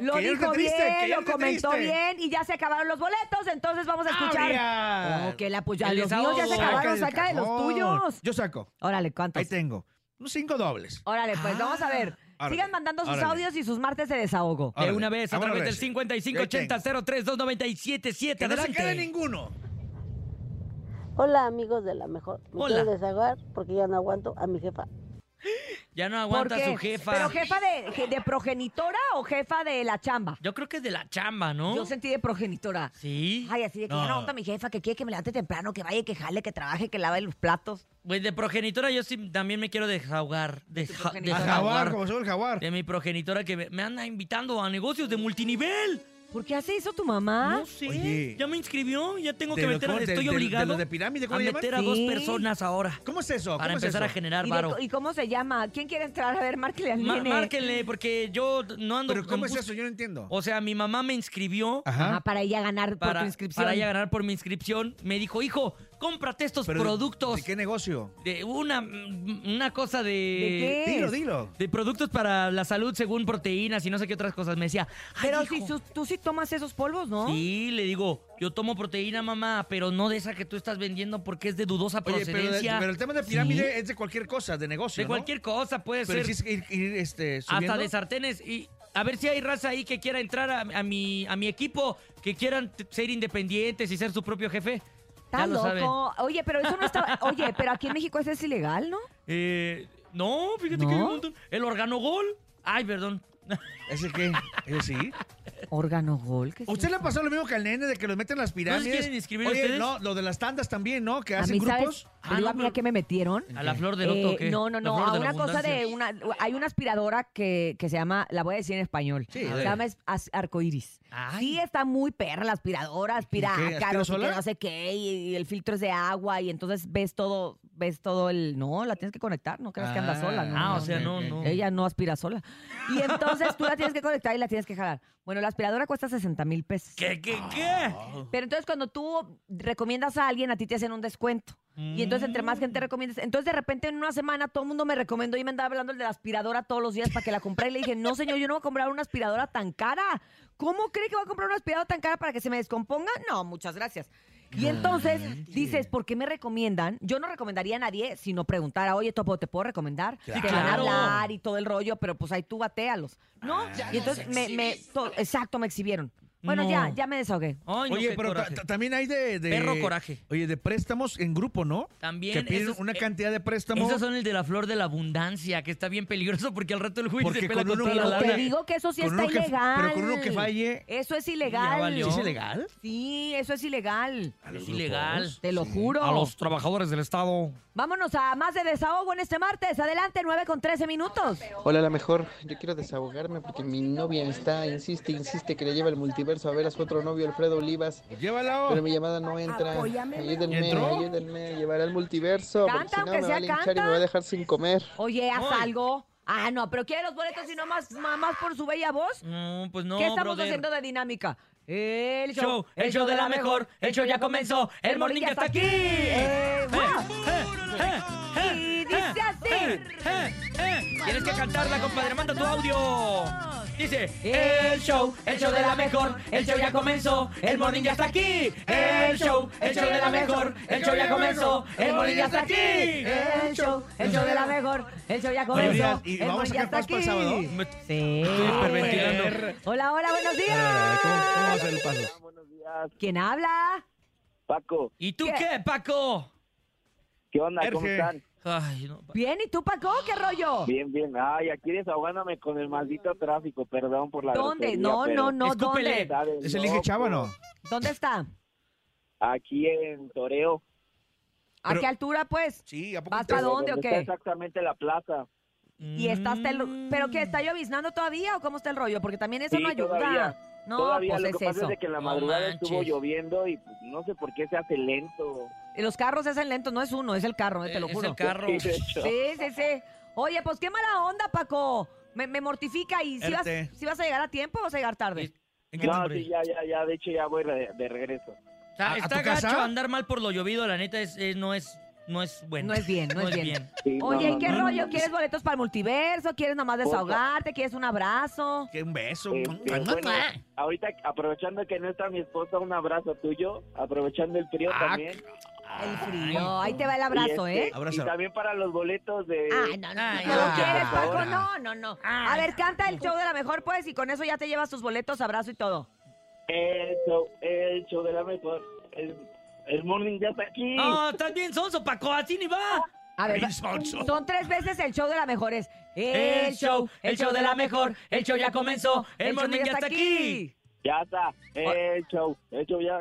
Lo
Que ya
dijo
esté triste, que
bien,
ya
lo
esté
comentó
triste.
bien y ya se acabaron los boletos. Entonces vamos a escuchar.
¡Abria!
Oh, que la pues ya
El
los míos ya se
desahogo.
acabaron.
Saca del
Saca de los
cajón.
tuyos.
Yo saco.
Órale, ¿cuántos?
Ahí tengo. Unos cinco dobles.
Órale, pues vamos a ver.
Ah, órale,
Sigan mandando sus
órale.
audios y sus martes de desahogo.
De una vez, a
Vámonos,
través del
Recio.
5580 032 977.
Que no se quede
Adelante.
ninguno.
Hola amigos de la mejor. Me
Hola.
quiero desahogar porque ya no aguanto a mi jefa.
Ya no aguanta
¿Por qué?
su jefa.
¿Pero jefa de, je- de progenitora o jefa de la chamba?
Yo creo que es de la chamba, ¿no?
Yo sentí de progenitora.
Sí.
Ay, así de que ya no
No.
aguanta mi jefa, que quiere que me levante temprano, que vaya, que jale, que trabaje, que lave los platos.
Pues de progenitora yo sí también me quiero desahogar. De
A jaguar, como soy el jaguar.
De mi progenitora que me, me anda invitando a negocios de multinivel.
¿Por qué hace eso tu mamá?
No sé. Ya me inscribió, ya tengo que
De lo-
meter a...
¿cómo te-
Estoy
de- de
obligado
los de pirámide, ¿cómo
a
le llaman?
meter a dos
Sí.
personas ahora.
¿Cómo es eso?
Para
¿Cómo es
empezar a
eso?
generar
¿Y, de-
varo.
¿Y cómo se llama? ¿Quién quiere entrar? A ver, márquele al
Ma-
nene.
márquenle, porque yo no ando...
¿Pero cómo es eso?
Yo no entiendo.
O sea, mi mamá me inscribió...
Ah, para ella ganar por
Para,
tu inscripción.
para ella ganar por mi inscripción, me dijo, hijo, cómprate estos
Pero,
productos.
¿De qué negocio?
De una, mm, una cosa de.
¿De qué? Dilo, dilo.
De productos para la salud según proteínas y no sé qué otras cosas. Me decía, "Ay,
Pero
hijo".
si tú, tú sí tomas esos polvos, ¿no?
Sí, le digo, yo tomo proteína, mamá, pero no de esa que tú estás vendiendo porque es de dudosa
Oye, pero,
procedencia.
pero el tema de pirámide
Sí.
es de cualquier cosa, de negocio.
De
¿no?
cualquier cosa puede
Pero
ser.
sí es ir- ir, este,
hasta
subiendo.
de sartenes y a ver si hay raza ahí que quiera entrar a, a mi a mi equipo, que quieran t- ser independientes y ser su propio jefe.
Está
Ya lo
loco.
saben.
Oye, pero eso no está. Oye, pero aquí en México eso es ilegal, ¿no?
Eh, no, fíjate que hay un montón. El organogol. Ay, perdón. [LAUGHS]
¿Ese qué? ¿Ese sí?
Organogol.
¿Usted le ha pasado lo mismo que al nene de que los meten en las pirámides?
quieren inscribir
Oye,
ustedes?
no, lo de las tandas también, ¿no? Que
A
hacen
mí,
grupos.
¿sabes? Ah, Te
Ah,
digo, a mí a qué me metieron.
¿A la flor del loto o qué?
Eh, No,
¿La
no, no.
flor
A
de la
una cosa de una. Hay una aspiradora que, que se llama, la voy a decir en español.
a
se
ver.
llama es- as- arcoiris. Sí, está muy perra la aspiradora, aspira
¿Y qué?
acá,
¿Aspira
no sé qué,
sola?
no sé qué, y, y el filtro es de agua, y entonces ves todo, ves todo el. No, la tienes que conectar, no creas que anda sola, ¿no?
Ah,
no,
o sea,
no.
no, no.
Ella no aspira sola. Y entonces tú la tienes que conectar y la tienes que jalar. Bueno, la aspiradora cuesta 60 mil pesos.
¿Qué, qué,
Ah.
qué?
Pero entonces cuando tú recomiendas a alguien, a ti te hacen un descuento. Y entonces entre más gente recomiendas, entonces de repente en una semana todo el mundo me recomendó y me andaba hablando el de la aspiradora todos los días para que la comprara y le dije, no señor, yo no voy a comprar una aspiradora tan cara. ¿Cómo cree que voy a comprar una aspiradora tan cara para que se me descomponga? No, muchas gracias. Y entonces dices, ¿por qué me recomiendan? Yo no recomendaría a nadie si no preguntara, oye, Topo, ¿te puedo recomendar?
Sí,
Te van a
claro.
hablar y todo el rollo, pero pues ahí tú batealos. ¿No? y entonces me, me- to- exacto, me exhibieron. Bueno,
No.
ya, ya me desahogué.
Oye, pero ta- ta- también hay de, de-
Perro coraje.
Oye, de préstamos en grupo, ¿no?
También
Que piden
esos-
una
eh,
cantidad de préstamos.
Esos son el de la flor de la abundancia, que está bien peligroso porque al rato el juicio
Porque
se pela
con
con
uno
toda
que
la
no
lana.
Te digo que eso sí
Con
está
uno que-
ilegal.
pero con uno que falle,
Eso es ilegal.
ya valió. ¿Sí es
ilegal?
Sí, eso es ilegal.
Es ilegal.
Te lo juro.
A los trabajadores del Estado.
Vámonos a más de desahogo en este martes. Adelante, 9 con 13 minutos.
Hola, la mejor. Yo quiero desahogarme porque mi novia está, insiste, insiste que le lleva el multiverso a ver a su otro novio, Alfredo Olivas.
Llévalo.
Pero mi llamada no entra.
Apóyame,
ayúdenme,
¿Entró?
ayúdenme a llevar al multiverso. Porque
Canta,
si no,
aunque
me va
sea,
a linchar y
canta.
me va a dejar sin comer.
Oye, haz algo. Ah, no, pero quiere los boletos y no más, ma- más por su bella voz.
No, pues no,
¿Qué estamos
brother.
haciendo de dinámica? El show,
Show, el show de la mejor. El show ya comenzó. El morning ya está aquí.
Eh, guau.
Y
dice así.
eh, Tienes que cantarla, compadre. Manda tu audio. Dice, el show, el show de la mejor, el show ya comenzó, el morning ya está aquí. El show, el show de la mejor, el show ya comenzó, el morning ya está aquí.
El show, el show de la mejor. El show ya comenzó.
Oye, ¿y
el
vamos
morning
a
ya
sacar
está
paz para el
aquí.
sábado?
Sí. Hola, hola, buenos días.
¿Cómo, cómo va a ser el paso?
¿Quién habla?
Paco.
¿Y tú qué, Paco?
¿Qué onda? ¿Cómo
Erge.
están?
Ay, no.
Bien, ¿y tú, Paco? ¿Qué rollo?
Bien, bien. Ay, aquí desahogándome con el maldito tráfico, perdón por la
¿Dónde?
grosería,
No,
pero-
no, no, Escúpele. ¿dónde?
¿Sabes?
¿Es el Inge
No,
Chava o no?
¿Dónde está?
Aquí en Toreo.
¿A qué altura, pues?
Sí, ¿a
poco ¿Vas para dónde o
Donde
qué?
Está exactamente la plaza.
¿Y está
Mm.
hasta el... ¿Pero qué? ¿Está lloviznando todavía o cómo está el rollo? Porque también eso
Sí,
no ayuda.
Todavía,
No,
todavía
pues
lo
es
que pasa
eso.
es de que en la
No
madrugada estuvo
manches.
lloviendo y pues, no sé por qué se hace lento.
Los carros es el lento, no es uno, es el carro, eh, te lo
es
juro.
el carro. Sí, de hecho.
Sí, sí, sí. Oye, pues qué mala onda, Paco. Me, me mortifica y si vas,
Erte.
si vas a llegar a tiempo o vas a llegar tarde.
No, sí, ya, ya, ya. De hecho, ya voy de, de regreso.
Está,
¿A- a
está
tu
gacho
casa?
andar mal por lo llovido, la neta, es, es- no es no es bueno.
No es bien, no es bien.
Sí, no,
Oye, ¿y
no,
qué
no, no,
rollo?
no.
¿Quieres boletos para el multiverso? ¿Quieres nomás
Porfa.
desahogarte? ¿Quieres un abrazo?
Que un beso.
Este, bueno,
pues.
ahorita aprovechando que no está mi esposa, un abrazo tuyo. Aprovechando el
Ah,
frío también.
El
Oh,
frío. Ahí te va el abrazo,
Y este,
¿eh?
Y también para los boletos de.
Ah, no, no, no, no quieres, Paco,
Ah.
no, no, no. A ver, canta el show de la mejor, pues, y con eso ya te llevas tus boletos, abrazo y todo.
El show, el show de la mejor. El, el morning ya está aquí.
No, estás bien sonso, Paco, así ni va.
A ver, va- son tres veces el show de la mejor es
El show, el show de la mejor, el show ya comenzó, el
show
morning ya está aquí. Ah.
Ya está. El show, el show ya.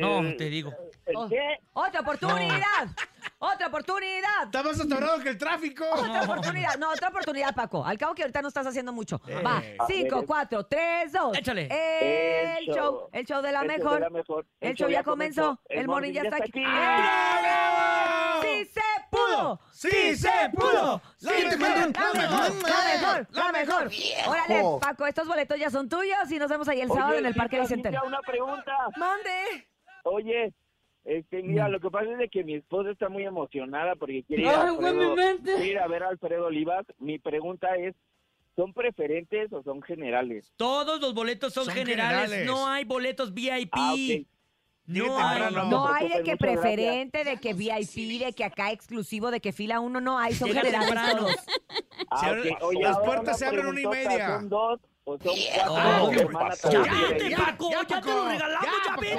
No,
el-
te digo.
¿El qué?
Otra Oh, oportunidad. ¡Otra oportunidad! ¡Está
más atorado que el tráfico!
¡Otra oportunidad! No, otra oportunidad, Paco. Al cabo que ahorita no estás haciendo mucho. Va,
Eh. A
5,
ver.
4, 3, 2.
Échale.
El
El
show.
show.
El show de la
El show
mejor.
de la mejor.
El show ya comenzó. El morning ya está aquí. ¡Ah, bravo! ¡Sí se pudo!
¡Sí se pudo!
¡La mejor! ¡La mejor! ¡La mejor! ¡La mejor!
viejo.
Órale, Paco, estos boletos ya son tuyos y nos vemos ahí el sábado
Oye,
en el Parque
Cintia,
Vicente.
Cintia, una pregunta.
¡Mande!
Oye, este, mira, lo que pasa es de que mi esposa está muy emocionada porque quiere ir, a
Ay, güey,
Alfredo-
mi mente.
quiere ir a ver a Alfredo Olivas. Mi pregunta es, ¿son preferentes o son generales?
Todos los boletos son,
Son
generales.
generales.
no hay boletos VIP.
Ah, ok.
No hay,
temprano.
No
Pues,
hay de
pues,
que
muchas gracias.
preferente, de que VIP, de que acá exclusivo, de que fila uno, no hay, son
Llega
generales
temprano.
todos.
Ah,
Se abren-
ok. Oye,
las
ahora
puertas
una
se abren una y
preguntota,
media.
¿Son dos o son cuatro?
Ah,
Porque
¿qué
hermana
pasó?
también
Ya,
quiere ir.
Paco, ya, te lo regalamos, ya, vete.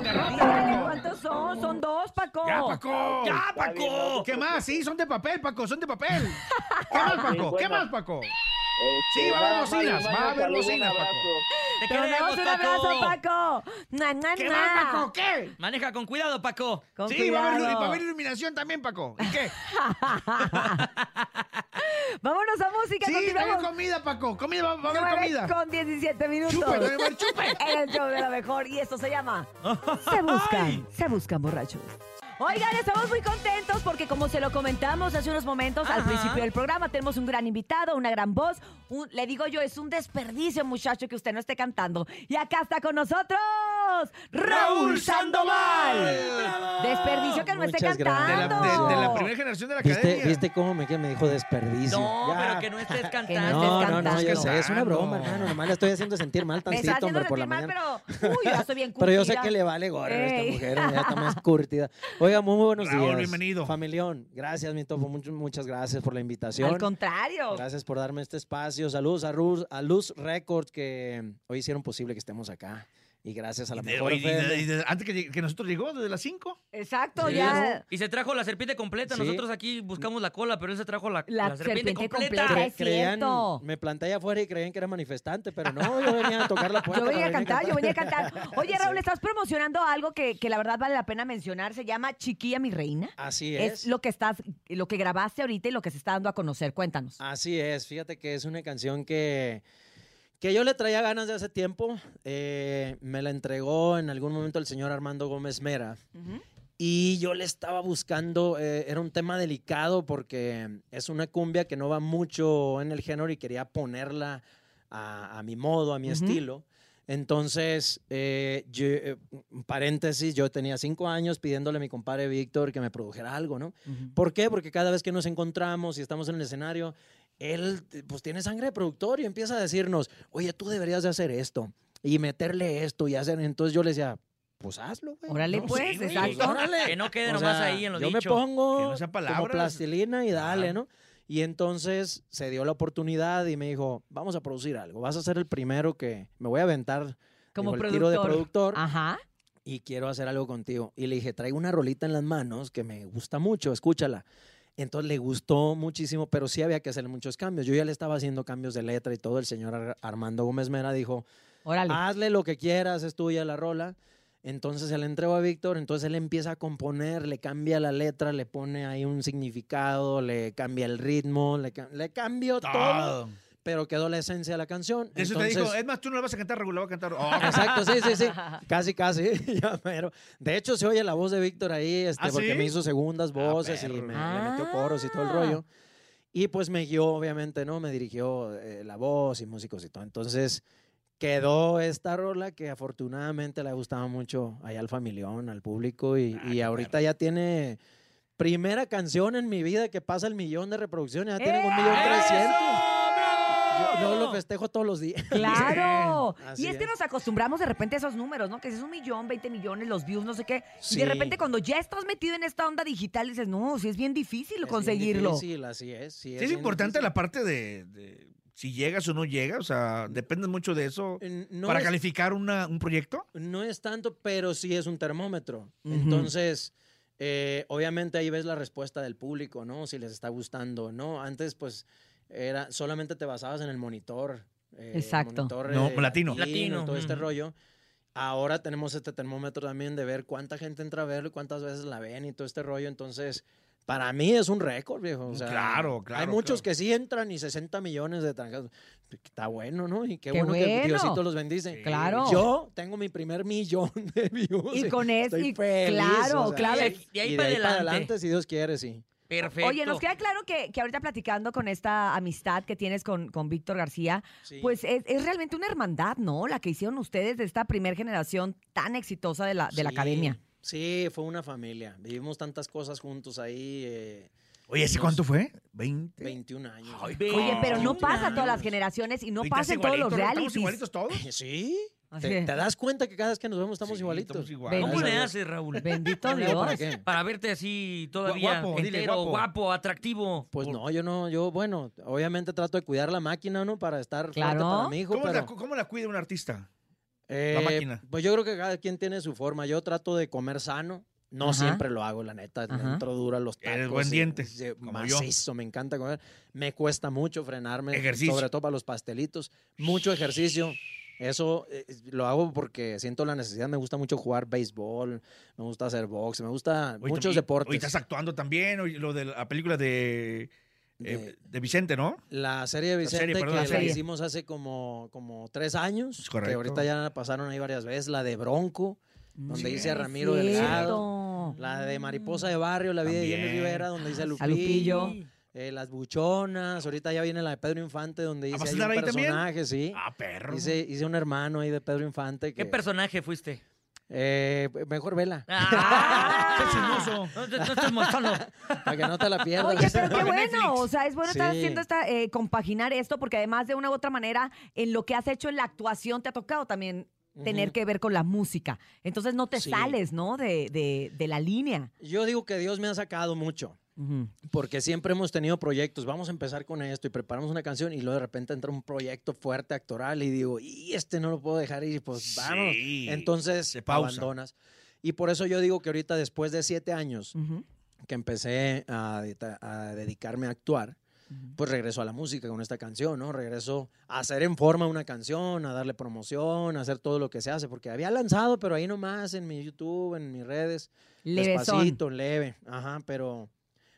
Dígale cuántos son, son dos, Paco.
¡Ya, Paco!
Ya, Paco.
¿Qué más? Sí, son de papel, Paco, son de papel. ¿Qué más,
sí,
Paco? ¿Qué
bueno.
más, Paco?
Sí, va a haber bocinas, va a haber bocinas, Paco.
Te
Te mandamos
queremos,
un
Paco.
abrazo, Paco. Na, na,
¿Qué
na.
más, Paco?
¿Qué?
Maneja con cuidado, Paco.
Con
Sí, va a, haber,
cuidado.
va a haber iluminación también, Paco. ¿Y
[LAUGHS]
qué?
Vámonos a música,
Sí, va a haber
continuamos.
comida, Paco. Comida, va, va a haber
Nueve
comida.
con 17 minutos.
Chupe, no, no, chupe.
[LAUGHS] En el show de la mejor. Y esto se llama Se Buscan, Se Buscan Borrachos. Oigan, estamos muy contentos porque como se lo comentamos hace unos momentos al principio del programa, tenemos un gran invitado, una gran voz. Un- le digo yo, es un desperdicio, muchacho, que usted no esté cantando. Y acá está con nosotros Raúl Sandoval. Desperdicio que no esté
Muchas
Pues cantando.
gracias. De la- de- de la
primera generación de la
¿Viste,
academia.
¿Viste cómo me, que me dijo desperdicio?
No,
Ya.
pero que no estés cantando.
No, no, no, yo
Es que
sé, es una
santo.
broma, hermano. Nomás la estoy haciendo sentir mal
Me
tantito,
está haciendo
hombre, por la
sentir mal,
mañana.
pero uy, ya estoy bien
Pero yo sé
curtida.
que le vale gorro a esta
Ey.
mujer, ya
[LAUGHS]
está más curtida. Oiga, muy, muy buenos
Raúl,
días.
bienvenido.
Familión, gracias, mi topo. Mucho- muchas gracias por la invitación.
Al contrario.
Gracias por darme este espacio. Saludos a Luz, a Luz Records, que hoy hicieron posible que estemos acá. Y gracias a la
De-
mejor.
oye,
FM.
y de- y de- antes que, llegue- que nosotros llegó, desde las 5.
Exacto,
Sí.
ya.
Y se trajo la serpiente completa.
Sí.
Nosotros aquí buscamos la cola, pero él se trajo la,
La
la serpiente,
serpiente
completa.
completa,
Cre-
es
creían-
cierto.
me planté allá afuera y creían que era manifestante, pero no, yo venía a tocar la puerta.
Yo venía a
no
cantar, yo venía a cantar. Oye, Raúl, estás promocionando algo que, que la verdad vale la pena mencionar. Se llama Chiquilla mi reina.
Así
Es,
es.
lo que estás, lo que grabaste ahorita y lo que se está dando a conocer. Cuéntanos.
Así es, fíjate que es una canción que, que yo le traía ganas de hace tiempo. Eh, me la entregó en algún momento el señor Armando Gómez Mera. Y yo le estaba buscando, eh, era un tema delicado porque es una cumbia que no va mucho en el género y quería ponerla a, a mi modo, a mi
Ujú.
estilo. Entonces, eh, yo, eh, un paréntesis, yo tenía cinco años pidiéndole a mi compadre Víctor que me produjera algo, ¿no? ¿Por qué? Porque cada vez que nos encontramos y estamos en el escenario, él eh, pues tiene sangre de productor y empieza a decirnos, oye, tú deberías de hacer esto y meterle esto y hacer... Entonces yo le decía, pues hazlo, güey.
Órale,
¿no?
pues,
güey,
exacto.
pues, órale.
Que no quede
O
nomás
sea,
ahí en lo
yo
dicho.
me pongo
Que no sea
como
palabras.
plastilina y dale, ¿no? Y entonces se dio la oportunidad y me dijo, vamos a producir algo, vas a ser el primero que me voy a aventar
Como
digo, el tiro de
productor.
productor y quiero hacer algo contigo. Y le dije, traigo una rolita en las manos que me gusta mucho, escúchala. Entonces le gustó muchísimo, pero sí había que hacerle muchos cambios. Yo ya le estaba haciendo cambios de letra y todo. El señor Ar- Armando Gómez Mera dijo, hazle lo que quieras, es tuya la rola. Entonces se la entregó a Víctor, entonces él empieza a componer, le cambia la letra, le pone ahí un significado, le cambia el ritmo, le, ca- le cambió todo.
Todo.
pero quedó la esencia de la canción.
Eso
Entonces-
te dijo, es más, tú no la vas a cantar regular, vas a cantar. Oh,
Exacto, sí,
[LAUGHS]
sí, sí. Casi, casi. [LAUGHS] ya, pero de hecho, se oye la voz de Víctor ahí, este,
¿Ah,
porque
sí? Ah,
me hizo segundas voces y me, le metió coros y todo
Ah.
el rollo. Y pues me guió, obviamente, ¿no? Me dirigió eh, la voz y músicos y todo. Entonces quedó esta rola que afortunadamente le ha gustado mucho allá al familión, al público. Y,
Ah,
y ahorita ya tiene primera canción en mi vida que pasa el millón de reproducciones. Ya
¡Eh!
tiene un millón trescientos. Yo, yo lo festejo todos los días. [LAUGHS]
Claro.
Así
y este es que nos acostumbramos de repente a esos números, ¿no? Que es un millón, 20 millones, los views, no sé qué. Y
Sí.
de repente cuando ya estás metido en esta onda digital, dices, no, sí es bien difícil
Es bien
conseguirlo.
difícil, así es. sí,
Sí, es
bien
importante la parte de, de si llegas o no llegas, o sea, depende mucho de eso
N- Mm. no
para
es-
calificar una, un proyecto.
No es tanto, pero sí es un termómetro.
Ujú.
Entonces, eh, obviamente ahí ves la respuesta del público, ¿no? Si les está gustando o no. Antes, pues, era, solamente te basabas en el monitor. eh,
Exacto.
monitor, eh,
No, latino.
latino.
Latino,
Todo este
ujú.
rollo. Ahora tenemos este termómetro también de ver cuánta gente entra a verlo y cuántas veces la ven y todo este rollo. Entonces, para mí es un récord, viejo. o sea,
Claro, claro,
Hay muchos que sí entran y 60 millones de trancas. Está bueno, ¿no? Y qué,
Qué
bueno,
bueno.
que Diosito los bendice.
Claro.
Yo tengo mi primer millón [LAUGHS] de views.
Y con eso,
Estoy
y-
feliz,
claro,
o sea,
claro.
Y de ahí, para, adelante. si Dios quiere, sí.
Perfecto.
Oye, nos queda claro que, que ahorita platicando con esta amistad que tienes con, con Víctor García,
Sí.
pues es, es realmente una hermandad, ¿no? La que hicieron ustedes de esta primer generación tan exitosa de la, de la
Sí,
academia.
Sí, fue una familia. Vivimos tantas cosas juntos ahí. eh,
Oye, ¿ese
unos
cuánto fue? ¿20?
21 años.
Oye, pero no pasa a todas las generaciones y no
Ahorita
pasa en
es
todos los
igualito, ¿no?
realities.
Estamos igualitos [LAUGHS] Sí.
Así
Te,
es.
te das cuenta que cada vez que nos vemos estamos igualitos.
¿Cómo le haces, Raúl?
Bendito Dios. ¿Para qué?
Para verte así todavía
Guapo, dile,
entero,
guapo.
guapo. atractivo.
Pues no, yo no, yo, bueno, obviamente trato de cuidar la máquina, ¿no? Para estar
Claro.
claro. para mi hijo,
¿Cómo, la,
pero...
cu- cómo la cuida un artista?
eh,
máquina.
Pues yo creo que cada quien tiene su forma. Yo trato de comer sano. No
Ajá.
siempre lo hago, la neta.
Ajá.
Entro duro a los tacos.
Eres buen
y-
diente,
y-
como yo.
macizo, me encanta comer. Me cuesta mucho frenarme.
Ejercicio.
Sobre todo para los pastelitos. Mucho ejercicio. Eso eh, lo hago porque siento la necesidad. Me gusta mucho jugar béisbol. Me gusta hacer box. Me gusta
Oye,
muchos
y-
deportes.
oye, estás actuando también, oye, lo de la película de, eh, de Vicente, ¿no?
La serie de
La
Vicente
serie, perdón,
que
la
la,
serie.
hicimos hace como, como tres años,
correcto.
que ahorita ya la pasaron ahí varias veces, la de Bronco, donde
Mm.
Sí,
hice a
es
Ramiro
cierto.
Delgado, la de Mariposa de Barrio, la vida de Jenny
También.
Rivera, donde hice a
A Lupillo.
Lupillo, eh, las buchonas, ahorita ya viene la de Pedro Infante, donde
Ah,
hice
¿vas a
ahí un
estar ahí también?
personaje, sí. Ah,
perro.
Hice, hice un hermano ahí de Pedro Infante.
¿Qué
que-
personaje fuiste?
eh, mejor vela.
Ah. [LAUGHS]
[LAUGHS]
No, te- no estés molestando.
Para que no te la pierdas.
Oye,
[LAUGHS]
pero qué bueno, o sea, es bueno estar
Sí.
haciendo esta, eh, compaginar esto, porque además de una u otra manera, en lo que has hecho en la actuación, te ha tocado también tener
Ujú.
que ver con la música. Entonces no te
Sí.
sales, ¿no? De, de- de la línea.
Yo digo que Dios me ha sacado mucho. Porque siempre hemos tenido proyectos, vamos a empezar con esto y preparamos una canción y luego de repente entra un proyecto fuerte actoral y digo, y este no lo puedo dejar ir, pues vamos.
Sí,
Entonces
se pausa.
abandonas. Y por eso yo digo que ahorita después de siete años que empecé a, deta- a dedicarme a actuar, pues regreso a la música con esta canción, ¿no? Regreso a hacer en forma una canción, a darle promoción, a hacer todo lo que se hace, porque había lanzado, pero ahí nomás en mi YouTube, en mis redes,
Levesón.
despacito, leve, ajá, pero,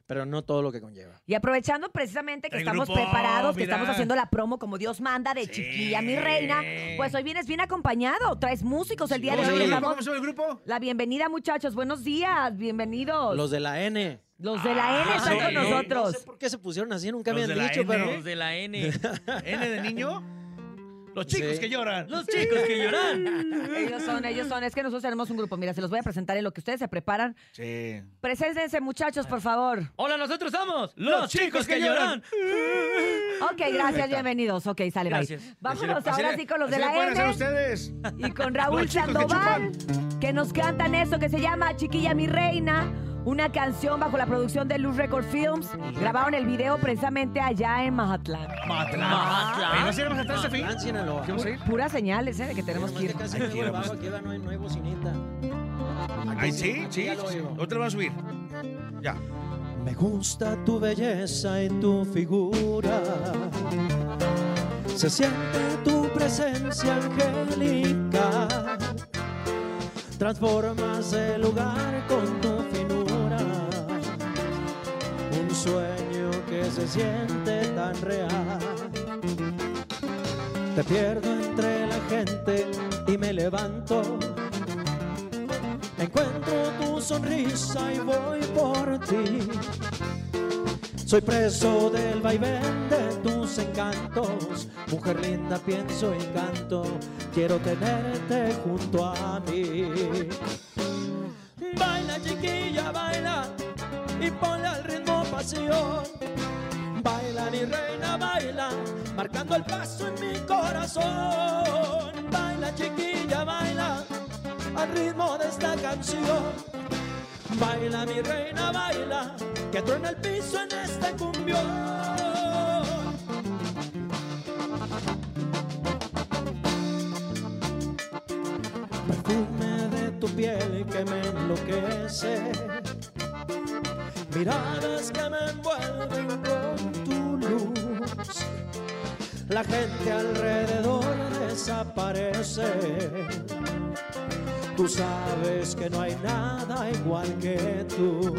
pero no todo lo que conlleva.
Y aprovechando precisamente que
El
estamos
grupo,
preparados, que
mira.
estamos haciendo la promo como Dios manda de chiquilla, mi reina, pues hoy vienes bien acompañado, traes músicos el día
¿Cómo
de
se
hoy.
llama el
les
grupo?
damos
¿Cómo
La bienvenida, muchachos. Buenos días, bienvenidos.
Los de la N. Ah,
Los de la N están con
no,
nosotros.
No sé por qué se pusieron así, nunca me
Los
han
de la
dicho,
N,
pero...
Los de la N.
[LAUGHS]
¿N de niño? Los chicos
Sí.
que lloran.
Los chicos que lloran.
Ellos son, ellos son. Es que nosotros tenemos un grupo. Mira, se los voy a presentar en lo que ustedes se preparan.
Sí.
Preséntense, muchachos, por favor.
Hola, nosotros somos
Los chicos que lloran.
Ok,
Perfecto.
gracias, bienvenidos. Ok, sale, bye.
Gracias.
Vámonos
Así le-
ahora
así
sí con los
le-
de
así le
la
pueden
N.
hacer ustedes.
Y con
[LAUGHS]
Raúl
Los chicos que
Sandoval, que nos cantan eso que se llama Chiquilla mi reina. Una canción bajo la producción de Luz Record Films. Grabaron el video precisamente allá en Mazatlán.
Matlán.
Matlán.
Oye, ¿Vas a ir a Mazatlán este fin?
Matlán, Sinaloa.
¿Qué vas a ir?
Pu- Puras señales, ¿eh? De que tenemos que ir.
Casi
Ay,
me voy
quiero,
abajo, aquí va, no hay, no hay bocinita.
Ay, sí, sí.
ya lo oigo.
Otra van a subir. Ya.
Me gusta tu belleza y tu figura. Se siente tu presencia angélica. Transformas el lugar con tu finura. Un sueño que se siente tan real. Te pierdo entre la gente y me levanto. Encuentro tu sonrisa y voy por ti. Soy preso del vaivén de tus encantos. Mujer linda, pienso y canto. Quiero tenerte junto a mí. Baila chiquilla, baila y ponle al ritmo pasión. Baila mi reina, baila, marcando el paso en mi corazón. Baila chiquilla, baila al ritmo de esta canción. Baila mi reina, baila, que truena el piso en este cumbión. Perfume de tu piel que me enloquece, miradas que me envuelven con tu luz. La gente alrededor de
desaparece. Tú sabes que no hay nada igual que tú.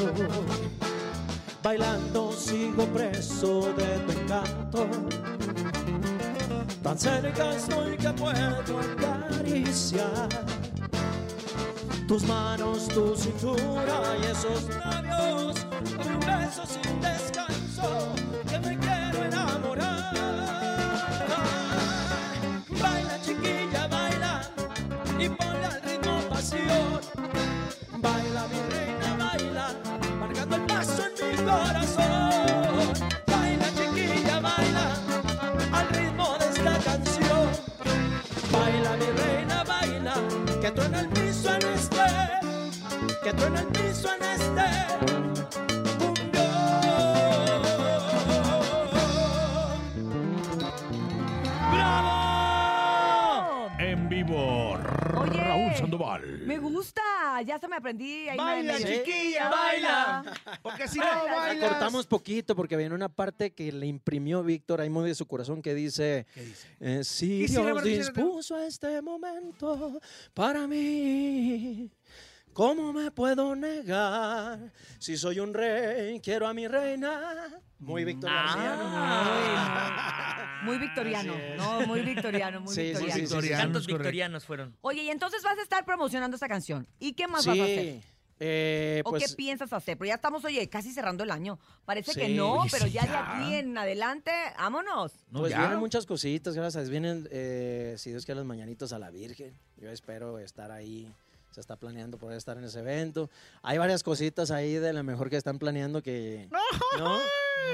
Bailando sigo preso de tu encanto. Tan cerca estoy que puedo acariciar tus manos, tu cintura y esos labios. Un beso sin descanso que me quiero enamorar. Baila chiquilla, baila y ponle al ritmo pasión. Baila mi reina, baila, marcando el paso en mi corazón. Baila chiquilla, baila al ritmo de esta canción. Baila mi reina, baila, que truena el piso en este, que truena el piso en este.
En vivo, Raúl Sandoval.
Me gusta, ya se me aprendí. ahí me-
Baila,
me-
chiquilla, baila. Porque si no
Baila.
bailas-
La cortamos poquito porque viene una parte que le imprimió Víctor ahí muy de su corazón que dice, eh, si
Quisiera
Dios
ver- quisiera-
dispuso este momento para mí, ¿cómo me puedo negar? Si soy un rey, quiero a mi reina. Muy Víctor García, ¿no?
Ah.
Ah,
Muy victoriano, no, muy
[LAUGHS]
victoriano, muy
Sí, sí,
victoriano.
sí, sí,
Tantos
sí. es correcto.
victorianos fueron.
Oye, y entonces vas a estar promocionando esta canción. ¿Y qué más vas a hacer?
Sí, eh,
¿O
pues...
qué piensas hacer? Pero ya estamos, oye, casi cerrando el año. Parece que
Sí,
no,
oye,
pero
sí,
ya, de
ya.
aquí en adelante, vámonos.
pues vienen muchas cositas, gracias. Vienen, eh, si Dios quiere, las mañanitas a la Virgen. Yo espero estar ahí. Se está planeando poder estar en ese evento. Hay varias cositas ahí de la mejor que están planeando que. ¿No?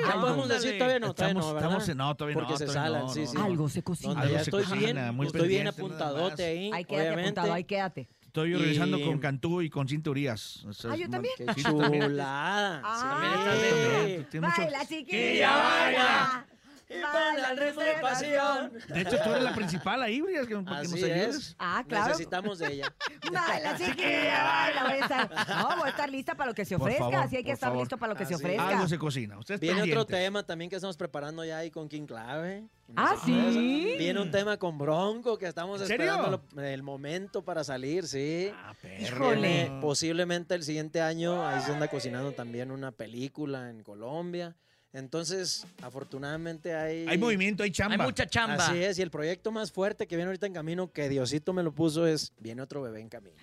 Ya
No,
podemos
ándale.
decir todavía no, todavía no,
Estamos-
¿verdad?
estamos en- no, todavía no,
Porque se
todavía
salan,
no,
sí,
no,
sí.
no.
Algo se cocina.
Donde
Algo
ya
se
estoy
cocina,
bien,
muy
estoy bien pues,
pendiente, nada
apuntadote
más.
ahí.
Ahí quédate
obviamente.
apuntado, ahí quédate.
[LAUGHS]
Estoy
Y-
regresando con Cantú y con Cinto Urias. O sea,
Ah, yo
es-
también.
sí,
Qué
tú también.
chulada.
Ah.
Sí.
También, tú tienes mucho-
Baila,
Chiquilla,
chiquilla,
baila.
baila.
Y ponle al ritmo de pasión.
De hecho,
[LAUGHS]
tú eres la principal ahí, Urias, que, para que
Así es.
nos ayudes.
Ah, claro.
Necesitamos de ella.
Baila, chiquilla, baila. Voy a estar, no, voy a estar lista para lo que se
Por
ofrezca.
favor,
Así hay que
por
estar
favor.
listo para lo que se
Así Ah,
ofrezca.
Algo se cocina. Ustedes
Viene otro
pendientes.
tema también que estamos preparando ya ahí con King Clave.
Ah, ¿sí?
Viene un tema con Bronco que estamos
¿En serio? Ah,
esperando lo- el momento para salir, sí.
Híjole.
Viene Posiblemente el siguiente año ahí se anda cocinando también una película en Colombia. Entonces, afortunadamente hay...
Hay movimiento, hay chamba.
Así es, y el proyecto más fuerte que viene ahorita en camino, que Diosito me lo puso, es Viene otro bebé en camino.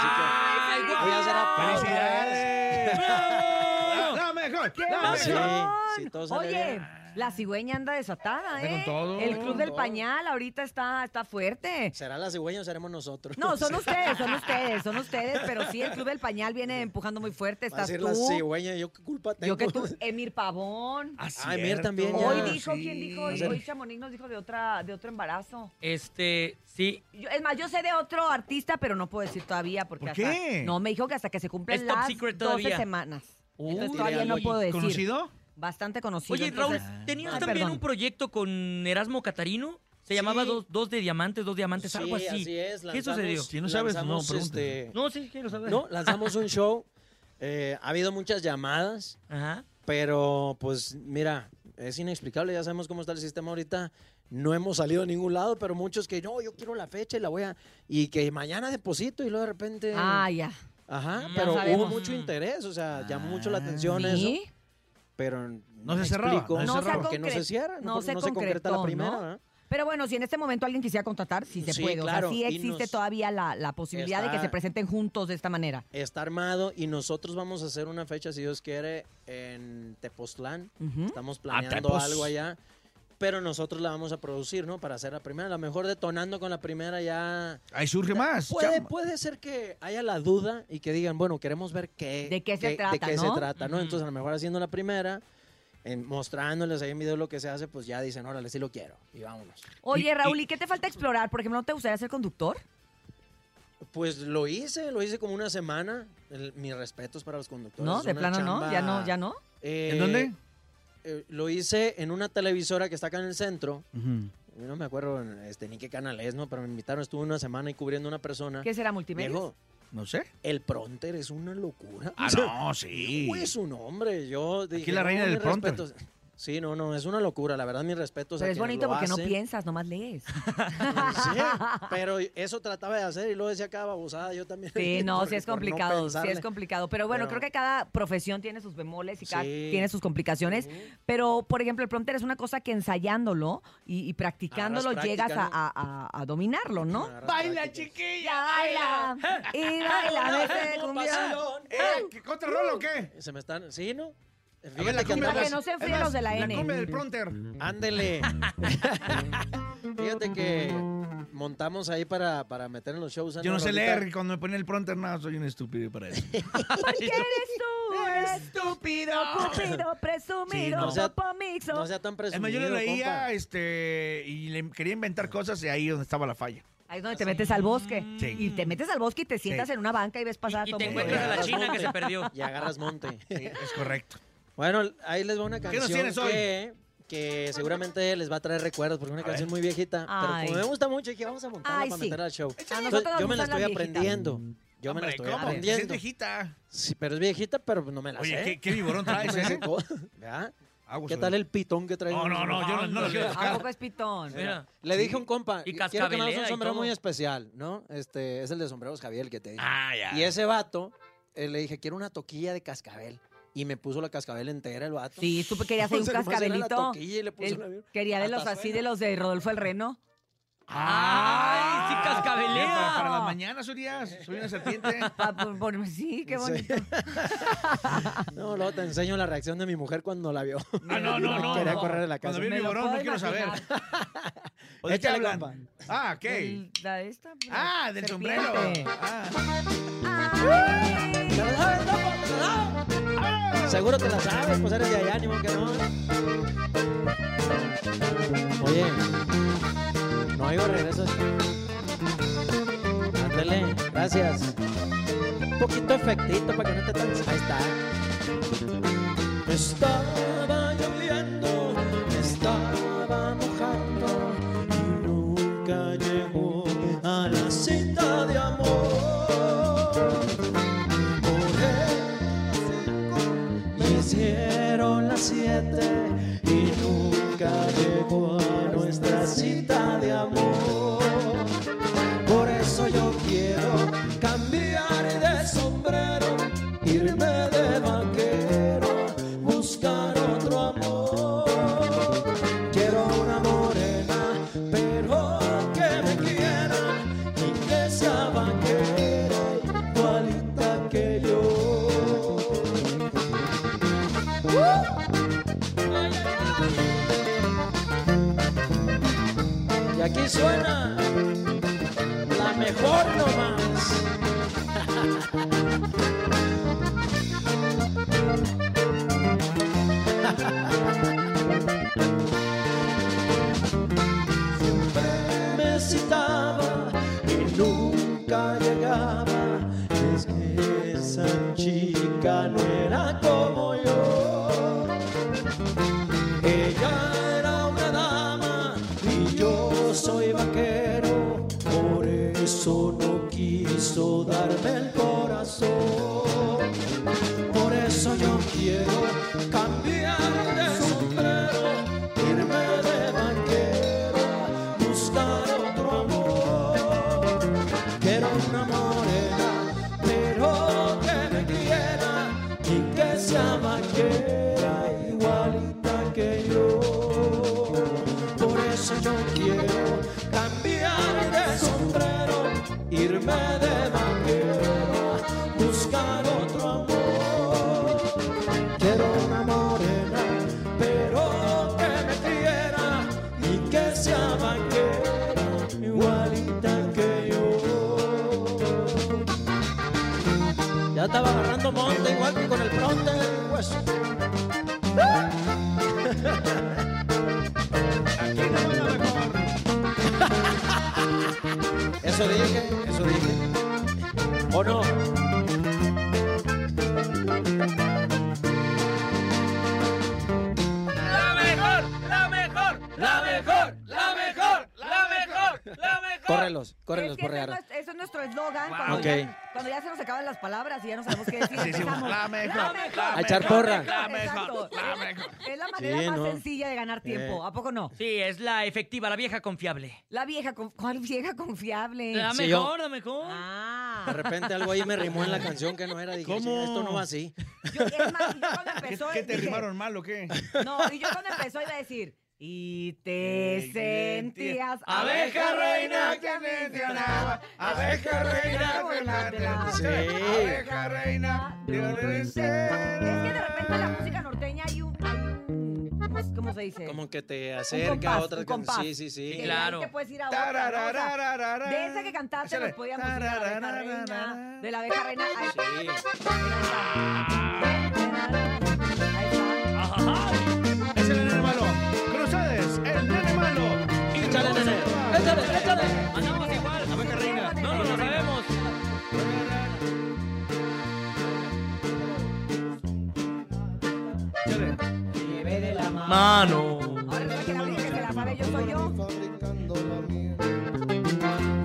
¡Ay,
Voy a hacer aplausos.
¡Felicidades!
¡Bravo!
La mejor.
¡Qué
la
Sí,
mejor.
sí, todo sale
Oye,
bien.
la cigüeña anda desatada,
Anda
¿eh?
con todo.
El club
Con
del
todo.
pañal ahorita está, está fuerte.
¿Será la cigüeña o seremos nosotros? [LAUGHS]
No, son ustedes, son ustedes, son ustedes, pero sí, el Club del Pañal viene empujando muy fuerte.
Va a
Estás
ser la
tú,
cigüeña, yo qué culpa tengo.
yo que
[LAUGHS]
tú, Emir Pavón.
Ah,
Ah, Emir
cierto.
también ya.
Hoy dijo, ¿quién dijo?
Va a ser-
Hoy Chamonix nos dijo de otra, de otro embarazo.
Este, sí.
Yo- es más, yo sé de otro artista, pero no puedo decir todavía porque
¿Por
hasta-
qué?
no me dijo que hasta que se cumplen
Es top
las
secret
12
todavía.
semanas. Entonces
Uy,
todavía no
uy.
puedo decir.
¿Conocido?
Bastante conocido.
Oye, Raúl,
entonces- ah.
tenías
Ay,
también
perdón.
un proyecto con Erasmo Catarino. Se llamaba
Sí.
dos, dos de diamantes, dos diamantes,
Sí,
algo así.
así es.
¿Qué
lanzamos-
sucedió?
Si no sabes, no,
lanzamos,
pregunta.
este,
No, sí, quiero saber.
No, lanzamos
[LAUGHS]
un show. eh, ha habido muchas llamadas,
Ajá.
pero pues mira, es inexplicable. Ya sabemos cómo está el sistema ahorita. No hemos salido a ningún lado, pero muchos que no, yo quiero la fecha y la voy a. Y que mañana deposito y luego de repente.
Ah, ya.
Ajá,
Ya
pero hubo
sabemos. Mm. Ah,
mucho interés, o sea, llamó mucho la atención
¿Sí?
eso. Pero no,
se
me
cerraba,
explico
no se No se cerraba.
por qué no se
concre-
cierra, no,
no
por-
se
no se concreta
concretó,
la primera.
¿no?
¿verdad?
Pero bueno, si en este momento alguien quisiera contratar, sí se
Sí,
puede.
claro,
o sea, sí
y
existe
nos-
todavía la, la posibilidad de que
Está-
se presenten juntos de esta manera.
Está armado y nosotros vamos a hacer una fecha, si Dios quiere, en Tepoztlán.
Ujú.
Estamos
Ah,
planeando
Tepos.
algo allá, pero nosotros la vamos a producir, ¿no? Para hacer la primera. A lo mejor detonando con la primera ya...
Ahí surge más.
Puede,
chamba.
puede ser que haya la duda y que digan, bueno, queremos ver qué...
¿De qué se
De
trata,
qué se
no?
trata, ¿no?
Ujú.
Entonces, a lo mejor haciendo la primera, en- mostrándoles ahí en video lo que se hace, pues ya dicen, órale, sí lo quiero. Y vámonos.
Oye, Raúl, ¿y qué te falta explorar? Por ejemplo, ¿no te gustaría ser conductor?
Pues lo hice, lo hice como una semana. El- mis respetos para los conductores.
¿No?
es
De
una
plano no, ya
chamba-
no, ya no.
Eh,
¿En dónde?
eh, lo hice en una televisora que está acá en el centro.
Ujú.
No me acuerdo este, ni qué canal es, ¿no? Pero me invitaron, estuve una semana y cubriendo una persona.
¿Qué será multimedia?
Viejo,
No sé.
el pronter es una locura. [LAUGHS]
Ah,
O sea,
no, sí.
Pues un hombre, yo dije.
la
no,
reina del
mis
prompter.
respetos.
Sí, no, no, es una locura. La verdad, mis respetos. a
Pero es
quienes
bonito
lo
porque no
hacen.
piensas, nomás lees.
Sí, pero eso trataba de hacer y luego decía cada babosada, yo también.
[LAUGHS]
[LAUGHS]
Sí, no,
Porque
sí es
por
complicado, sí es
pensarle.
complicado. Pero bueno,
Pero-
creo que cada profesión tiene sus bemoles y cada
Sí.
tiene sus complicaciones. Pero, por ejemplo, el prompter es una cosa que ensayándolo y, y practicándolo
Agarras
llegas
práctica,
a, a- a- a dominarlo, ¿no? [LAUGHS]
Baila, chiquilla,
baila. Y baila,
Una
vete, cumbia.
pasión.
Eh, ¿qué ¿Contra rola o qué?
Se me están. Sí, ¿no?
A ver, la cumbia.
Para que
pues.
no se enfríen
Es más,
los de la N.
La cumbia del pronter. [LAUGHS]
Ándele. Fíjate que montamos ahí para, para meter en los shows. ¿eh?
Yo no sé leer y
leer.
cuando me ponen el pronter, nada, soy un estúpido
[LAUGHS]
para eso.
Porque eres tú, estúpido, cupido,
Sí,
presumido,
no. sea-
popomixo.
Es más, yo le leía este, y le quería inventar cosas y ahí es donde estaba la falla.
Ahí es donde te metes al bosque.
Sí.
Y te metes al bosque y te sientas
Sí.
en una banca y ves pasar a todo mundo.
Y agarras monte.
es correcto.
Bueno, ahí les va una
nos
canción.
tienes hoy?
Que, que seguramente les va a traer recuerdos porque es una canción muy viejita.
Ay.
Pero como me gusta mucho, dije, vamos a montarla
Ay,
para
sí.
meterla al show.
A nosotros nos
yo me la
gustan las
estoy
viejitas.
aprendiendo. Yo me la
Hombre,
estoy
¿cómo?
aprendiendo.
Si es viejita.
Sí, pero es viejita, pero no me la
Oye,
sé.
¿qué- qué viborón
[LAUGHS]
traes,
No me sé
eh?
todo. ¿Ya?
Aguas,
¿Qué
oye.
tal el pitón que traes?
No, no, no, yo no- no lo quiero tocar.
Tampoco es pitón.
Mira, le dije a un compa,
Y
quiero que me hagas
cascabelea
un
y
sombrero
todo.
muy especial, ¿no? Este, es el de sombreros Javier el que te dije.
Ah, ya.
Y ese vato, eh, le dije, quiero una toquilla de cascabel. Y me puso la cascabel entera el vato.
Sí, tú
[LAUGHS]
querías hacer un
[LAUGHS] O sea, nomás era la
cascabelito.
toquilla y le puso
El-
una-
quería de
hasta
los así,
suena.
de los de Rodolfo el Reno.
¡Ay,
sí, cascabelea!
Ah, Para, para las mañanas, Urias. Soy una serpiente.
[LAUGHS] Pa- por- por- sí, qué
Sí.
bonito.
No, luego te enseño la reacción de mi mujer cuando la vio.
No, Ah, no, no, no.
Quería
no.
correr de la casa.
Cuando viene mi borón, no quiero saber.
Pues
¿O de qué
Échale,
hablan? Ah, ok.
El- la de esta, pues,
Ah, del
serpiente.
sombrero.
Seguro te la sabes, pues eres de allá, ni modo que no. Oye, no oigo regresos. Ándale, gracias. Un poquito efectito para que no te tan... Ahí está. Me estaba lloviendo, me estaba mojando y nunca llegó a la cita de amor. Me hicieron las siete y nunca llegó a nuestra cita de amor. Por eso yo quiero cambiar de sombrero, irme de vaquero, buscar otro amor. Quiero una morena, pero que me quiera y que sea vaquera igualita que yo. Y aquí suena la mejor nomás. me citaba y nunca llegaba. Es que esa chica no era como yo. Ella era una dama y yo soy vaquero. Por eso no quiso darme el corazón. Por eso yo quiero cambiar de sombrero, irme de vaquero, buscar otro amor. Quiero una morena, pero que me quiera y que sea vaquera igualita que yo. Por eso yo quiero cambiar de sombrero, irme de vaquero, buscar otro amor. Quiero una morena, pero que me quiera y que sea vaquera igualita que yo. Ya estaba agarrando monte igual que con el pronto del hueso. Eso dije, eso dije. ¿O no?
La mejor, la mejor, la mejor, la mejor, la mejor, la mejor. Córrelos, córrelos,
Es que
por
ese es
real.
nuestro- Ese es nuestro eslogan.
Wow.
Cuando, ya-
Ok.
cuando ya se nos acaban las palabras y ya no sabemos qué decir.
Sí, sí,
empezamos,
la mejor,
"La
A echar porra.
la
Exacto. Es la manera
Sí,
más
no.
sencilla de
Eh.
ganar tiempo. ¿A poco no?
Sí, es la efectiva, la vieja confiable.
La vieja, con- ¿cuál vieja confiable?
La Sí, yo- mejor, la mejor.
Ah.
De repente algo ahí me rimó en
[LAUGHS]
la canción que no era. Dije,
¿Cómo?
"Chinga, esto no va así.
Empezó,
¿Qué te
dije,
rimaron mal o qué?
No, y yo cuando empezó iba a decir, y te sentías
Abeja reina
que
mencionaba, abeja reina que mencionaba, abeja reina.
Es que de repente la música norteña hay un, hay un ¿cómo, es- cómo se dice?
Como que te
Un
acerca
compás,
a otra
un
can-
compás.
Sí, sí, sí.
Que Te puedes ir a otra, ¿no? O sea, de esa que cantaste nos podíamos ir a la abeja reina, de la abeja reina. Ahí ahí está.
Es el nene malo. Con ustedes, el nene malo.
Échale, nene. Échale, échale. Andamos
igual. Abeja
reina.
No, no lo sabemos.
Lleve de la
Mano.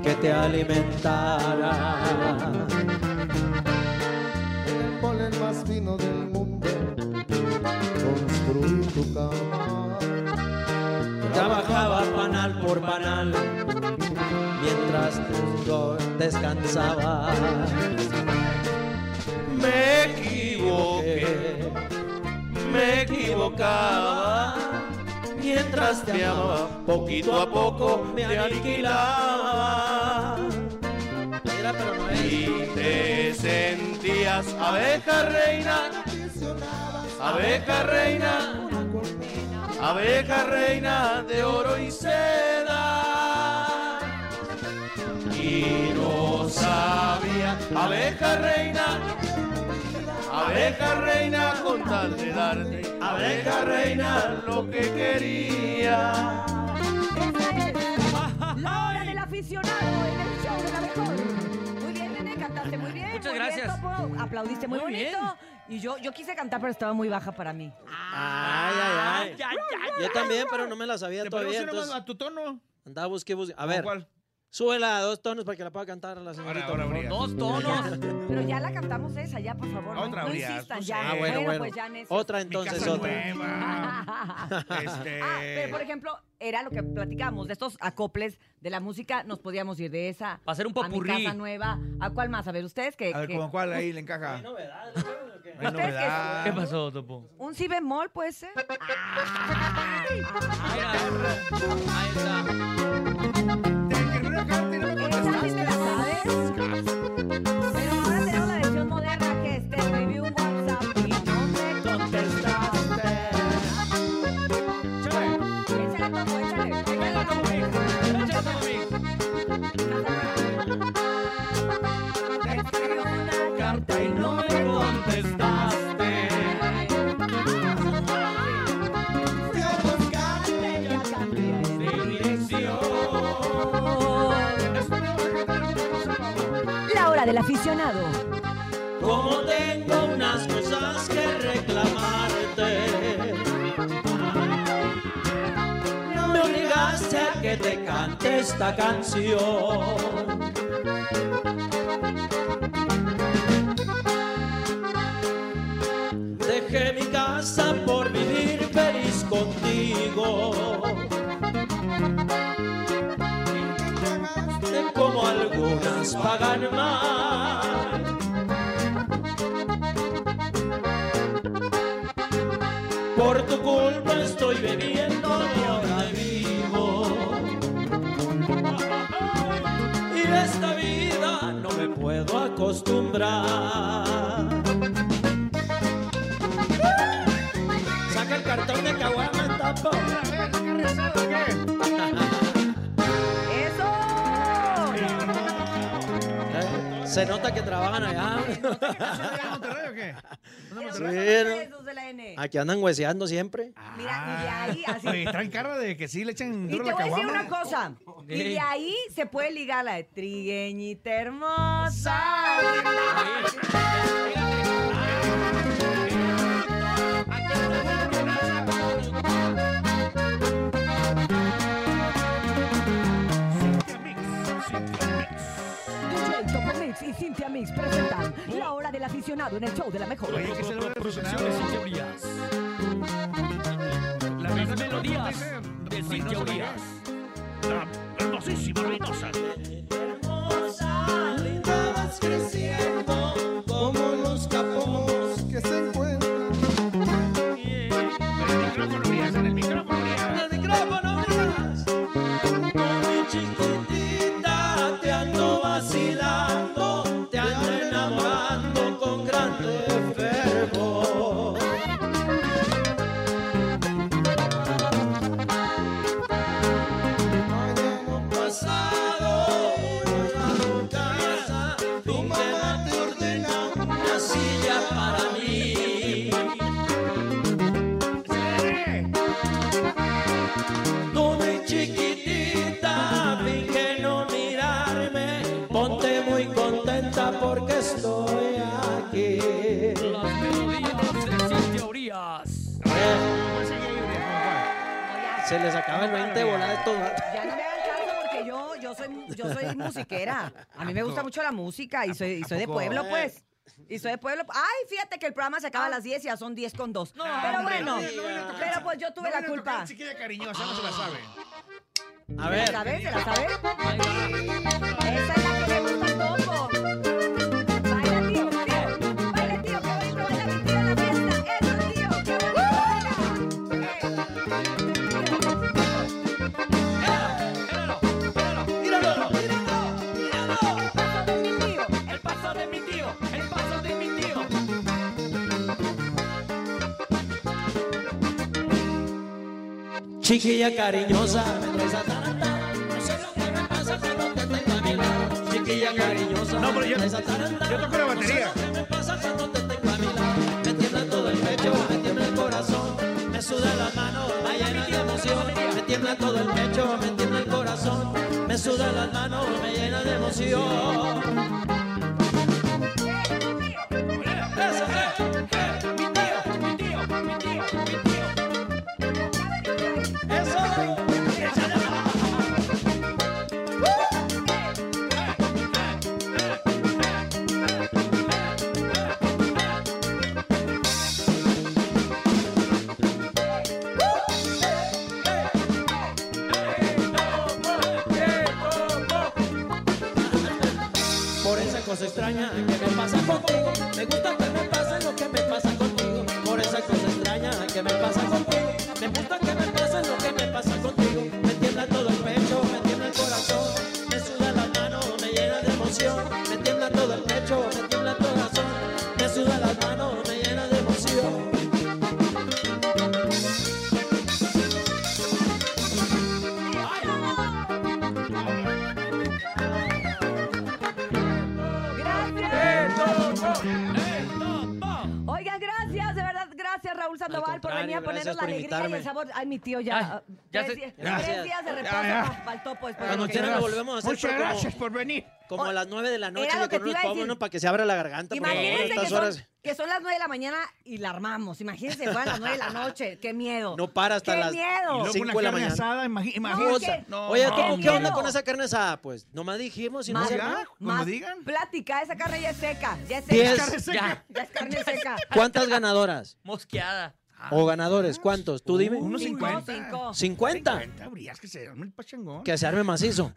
que te alimentara.
el polen más fino del mundo. Construí tu cama.
Trabajaba panal por panal mientras tú do- descansabas.
Me equivoqué, me equivocaba. Mientras te amaba, poquito a poco me aniquilaba. Y te sentías abeja reina, abeja reina, abeja reina de oro y seda. Y no sabía, abeja reina, Abeja reina con tal de darte, abeja reina lo que quería.
La hora del aficionado en el show de la mejor. Muy bien, nene, cantaste muy bien.
Muchas
muy
gracias.
Bien, Topo. Aplaudiste muy,
Muy bien.
bonito. Y yo, yo quise cantar, pero estaba muy baja para mí.
Ah, Ay, ay, ay. Yo también, pero no me la sabía todavía.
parece nomás
entonces-
a tu tono?
Andaba busque, busque. A ver. Súbela a dos tonos para que la pueda cantar a la señorita.
ahora,
por favor.
Urias.
Dos tonos.
Pero ya la cantamos esa, ya, por favor. no-
Otra,
no,
Urias,
insistan,
no sé.
ya.
Ah, bueno, bueno.
pues ya, neces-
Otra, entonces,
casa
otra.
[LAUGHS] Este-
Ah, [LAUGHS] pero por ejemplo, era lo que platicamos, de estos acoples de la música, nos podíamos ir de esa.
Va a ser un
A
popurrí.
mi casa nueva. ¿A cuál más? A ver, ustedes que.
A ver,
que-
¿con cuál ahí le encaja? No hay
¿Ustedes qué
novedad.
¿Qué pasó, Topo?
Un si bemol puede ser. Esa sí me la sabes. Pero ahora tenemos la versión moderna que es te escribí un WhatsApp y no me contestaste. Échale, Topo, échale. Échale, Topo.
Carta y no me contestaste. Fui a buscarte, ya cambié de dirección.
La hora del aficionado.
Como tengo unas cosas que reclamarte. Me obligaste a que te cante esta canción. Dejé mi casa por vivir feliz contigo. De como algunas pagan mal. Por tu culpa estoy bebiendo y ahora vivo. Y de esta vida no me puedo acostumbrar. Saca el cartón de caguama, tapa.
Eh, Se nota que trabajan [LAUGHS] allá.
Pero
Sí,
¿por qué no
¿no?
eres dos de la N?
Aquí andan hueseando siempre.
Mira, y de ahí, así.
Oye, traen cara de que sí le echan
Y
Mm, duro
te
la
voy a decir
caguama.
una cosa. Y
Ey.
de ahí se puede ligar la de trigueñita hermosa. Mix y Cintia Mix presentan La Hora del Aficionado en el show de la mejor.
Oye, que se le va a
Producciones y teorías. Las melodías de Cintia Urias.
hermosísima, ruinosa. Hermosa, linda vas creciendo como los capomos que se encuentran. El micrófono, Urias, en el micrófono, Urias. En el micrófono, Urias. Mi chiquitita te ando vacilando, te ando enamorando con grande fervor. pasado una casa, tu mamá te ordena una silla para mí. Tome chiquitita, finge no mirarme, ponte muy contenta porque estoy aquí. Las melodías de Cintia Urias.
Se les acaba el 20 de volada estos vatos.
Ya no me hagan caso porque yo, yo, soy, yo soy musiquera. A mí me gusta mucho la música y soy, y soy de
poco?
pueblo,
Eh.
pues. Y soy de pueblo. Ay, fíjate que el programa se acaba a las 10 y ya son 10 con 2. pero
hombre,
bueno,
Ah. no, no vayan a tocar-
pero pues yo tuve
no
la
vayan a tocar
culpa.
Chiquilla cariñosa, no se la sabe.
A
ver. ¿Se la sabe? ¿Se la sabe? Esa es la que le gusta a Topo. Baila, tío, tío. Baila, tío, qué bonito baila mi tío en la fiesta. Eso, tío, qué bonito baila.
Míralo, míralo, míralo. El paso de mi tío, el paso de mi tío, el paso de mi tío.
Chiquilla cariñosa,
No sé lo que me pasa cuando te tengo a mi lado. Chiquilla cariñosa. No, pero yo, yo toco la batería. No sé lo que me pasa cuando te tengo a mi lado. Me tiembla todo el pecho, me tiembla el corazón. Me suda la mano, vaya llena de emoción. Me tiembla todo el pecho, me tiembla el corazón. Me suda las manos, me llena de emoción. Eso, eh, eh, mi tío, mi tío, mi tío, mi tío. Eso. Échale más.
por esa cosa extraña que me pasa contigo. Me gusta que me pase lo que me pasa contigo. Por esa cosa extraña que me pasa contigo. Me gusta que me pase lo que me pasa contigo. Me tiembla todo el pecho, me tiembla el corazón. Me suda la mano, me llena de emoción. Me tiembla todo el pecho, me tiembla el corazón. Me suda las manos, me llena de emoción.
Oigan, gracias, de verdad, gracias Raúl Sandoval por
contrario,
venir a
gracias
ponernos la
por
alegría y el
invitarme.
sabor. Ay, mi tío, ya. eh,
Ay, ya
tres,
se-
días,
gracias.
tres días de
Ya,
reposo
ya.
para, el topo después de
Cuando
lo que
quieran lo
vimos.
volvemos a hacer.
Muchas gracias
por venir. Como a las 9 de la noche,
Era lo
que
que
con
te
unos
iba a
pavos,
decir.
¿no? para que se abra la garganta. por favor,
Imagínense que
estas
son,
horas.
que son las 9 de la mañana y la armamos. Imagínense, fueron las 9 de la noche. Qué miedo.
No para hasta
Qué
las
miedo.
5 de la mañana.
imagi-
imagínate. No,
Oye,
no,
¿tú
no.
qué onda con esa carne asada? Pues nomás dijimos y no
Más-
se armó.
más Plática, esa carne ya es seca. Ya es
Diez.
seca.
Ya.
Ya es carne seca.
¿Cuántas ganadoras?
Mosqueada.
¿O ganadores? ¿Cuántos? Tú dime.
Unos
Cinco,
50.
cinco.
50.
Habrías que se arme el pachangón.
Que se arme macizo.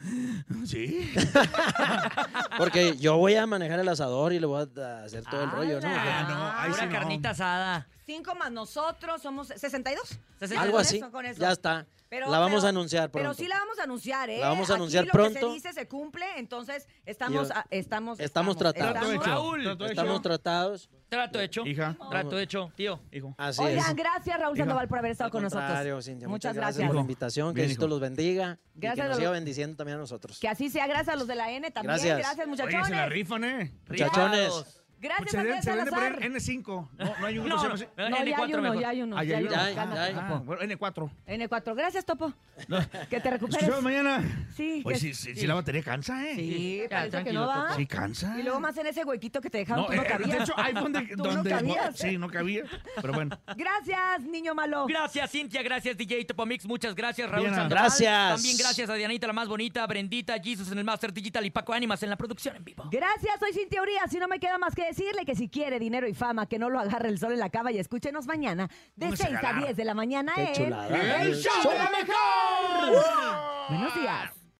Sí.
[LAUGHS] Porque yo voy a manejar el asador y le voy a hacer todo el rollo, ¿no?
Ah,
Una carnita asada.
Cinco más nosotros somos 62.
Algo
Con
así.
eso, con eso.
Ya está.
Pero-
la vamos
pero-
a anunciar pronto.
Pero sí la vamos a anunciar, ¿eh?
La vamos a
Aquí
anunciar
Lo
pronto.
que se dice se cumple, entonces estamos,
Yo-
a- estamos, eh,
Estamos tratados.
estamos-
Estamos tratados.
Trato hecho.
Hija.
Trato hecho, tío.
Hijo. Así es.
Oigan, gracias Raúl
Hija.
Sandoval por haber estado
Al
con
contrario,
nosotros.
Cintia,
Muchas
gracias
gracias.
por la invitación. Que
Bien,
Diosito
hijo.
los bendiga. y
Gracias
que
a
nos
los-
siga bendiciendo también a nosotros.
Que así sea, gracias a los de la N también.
Gracias.
Gracias,
Oye,
Oye, se la
muchachones.
rifan, ¿eh?
Muchachones,
Rifados.
Gracias,
Pues se,
Andrés
deben- se deben de
Salazar.
poner N5. No, no hay un
No,
grupo
no,
que se llama
no,
así.
No, ya hay N4 uno, mejor. ya hay uno,
Ah,
ya
ya hay
hay
uno.
uno. Ya, ya hay.
Ah, bueno,
[LAUGHS]
N4.
N4. Gracias, Topo. Que te recuperes.
Escuchamos mañana.
Sí.
Oye,
que-
sí, sí, sí, la batería cansa, ¿eh?
Sí, parece que no va.
Sí, cansa.
Y luego más en ese huequito que te dejaron,
No,
tú no
eh,
cabías.
de hecho, hay donde,
[LAUGHS] Tú
donde
no cabías. ¿eh?
sí, no cabía, pero bueno.
Gracias, niño malo.
Gracias, Cintia. Gracias, DJ Topomix. Muchas gracias, Raúl
ah.
Diana.
Sandoval.
Gracias.
También gracias a Dianita, la más bonita, Brendita, Jesus en el Master Digital y Paco Ánimas en la producción en vivo.
Gracias, soy Cintia Urias y no me queda más que decirle que si quiere dinero y fama, que no lo agarre el sol en la cava y escúchenos mañana de
Vamos a
6 a
ganar.
10 de la mañana
Qué
en
chulada.
¡El show de la mejor!
Buenos días.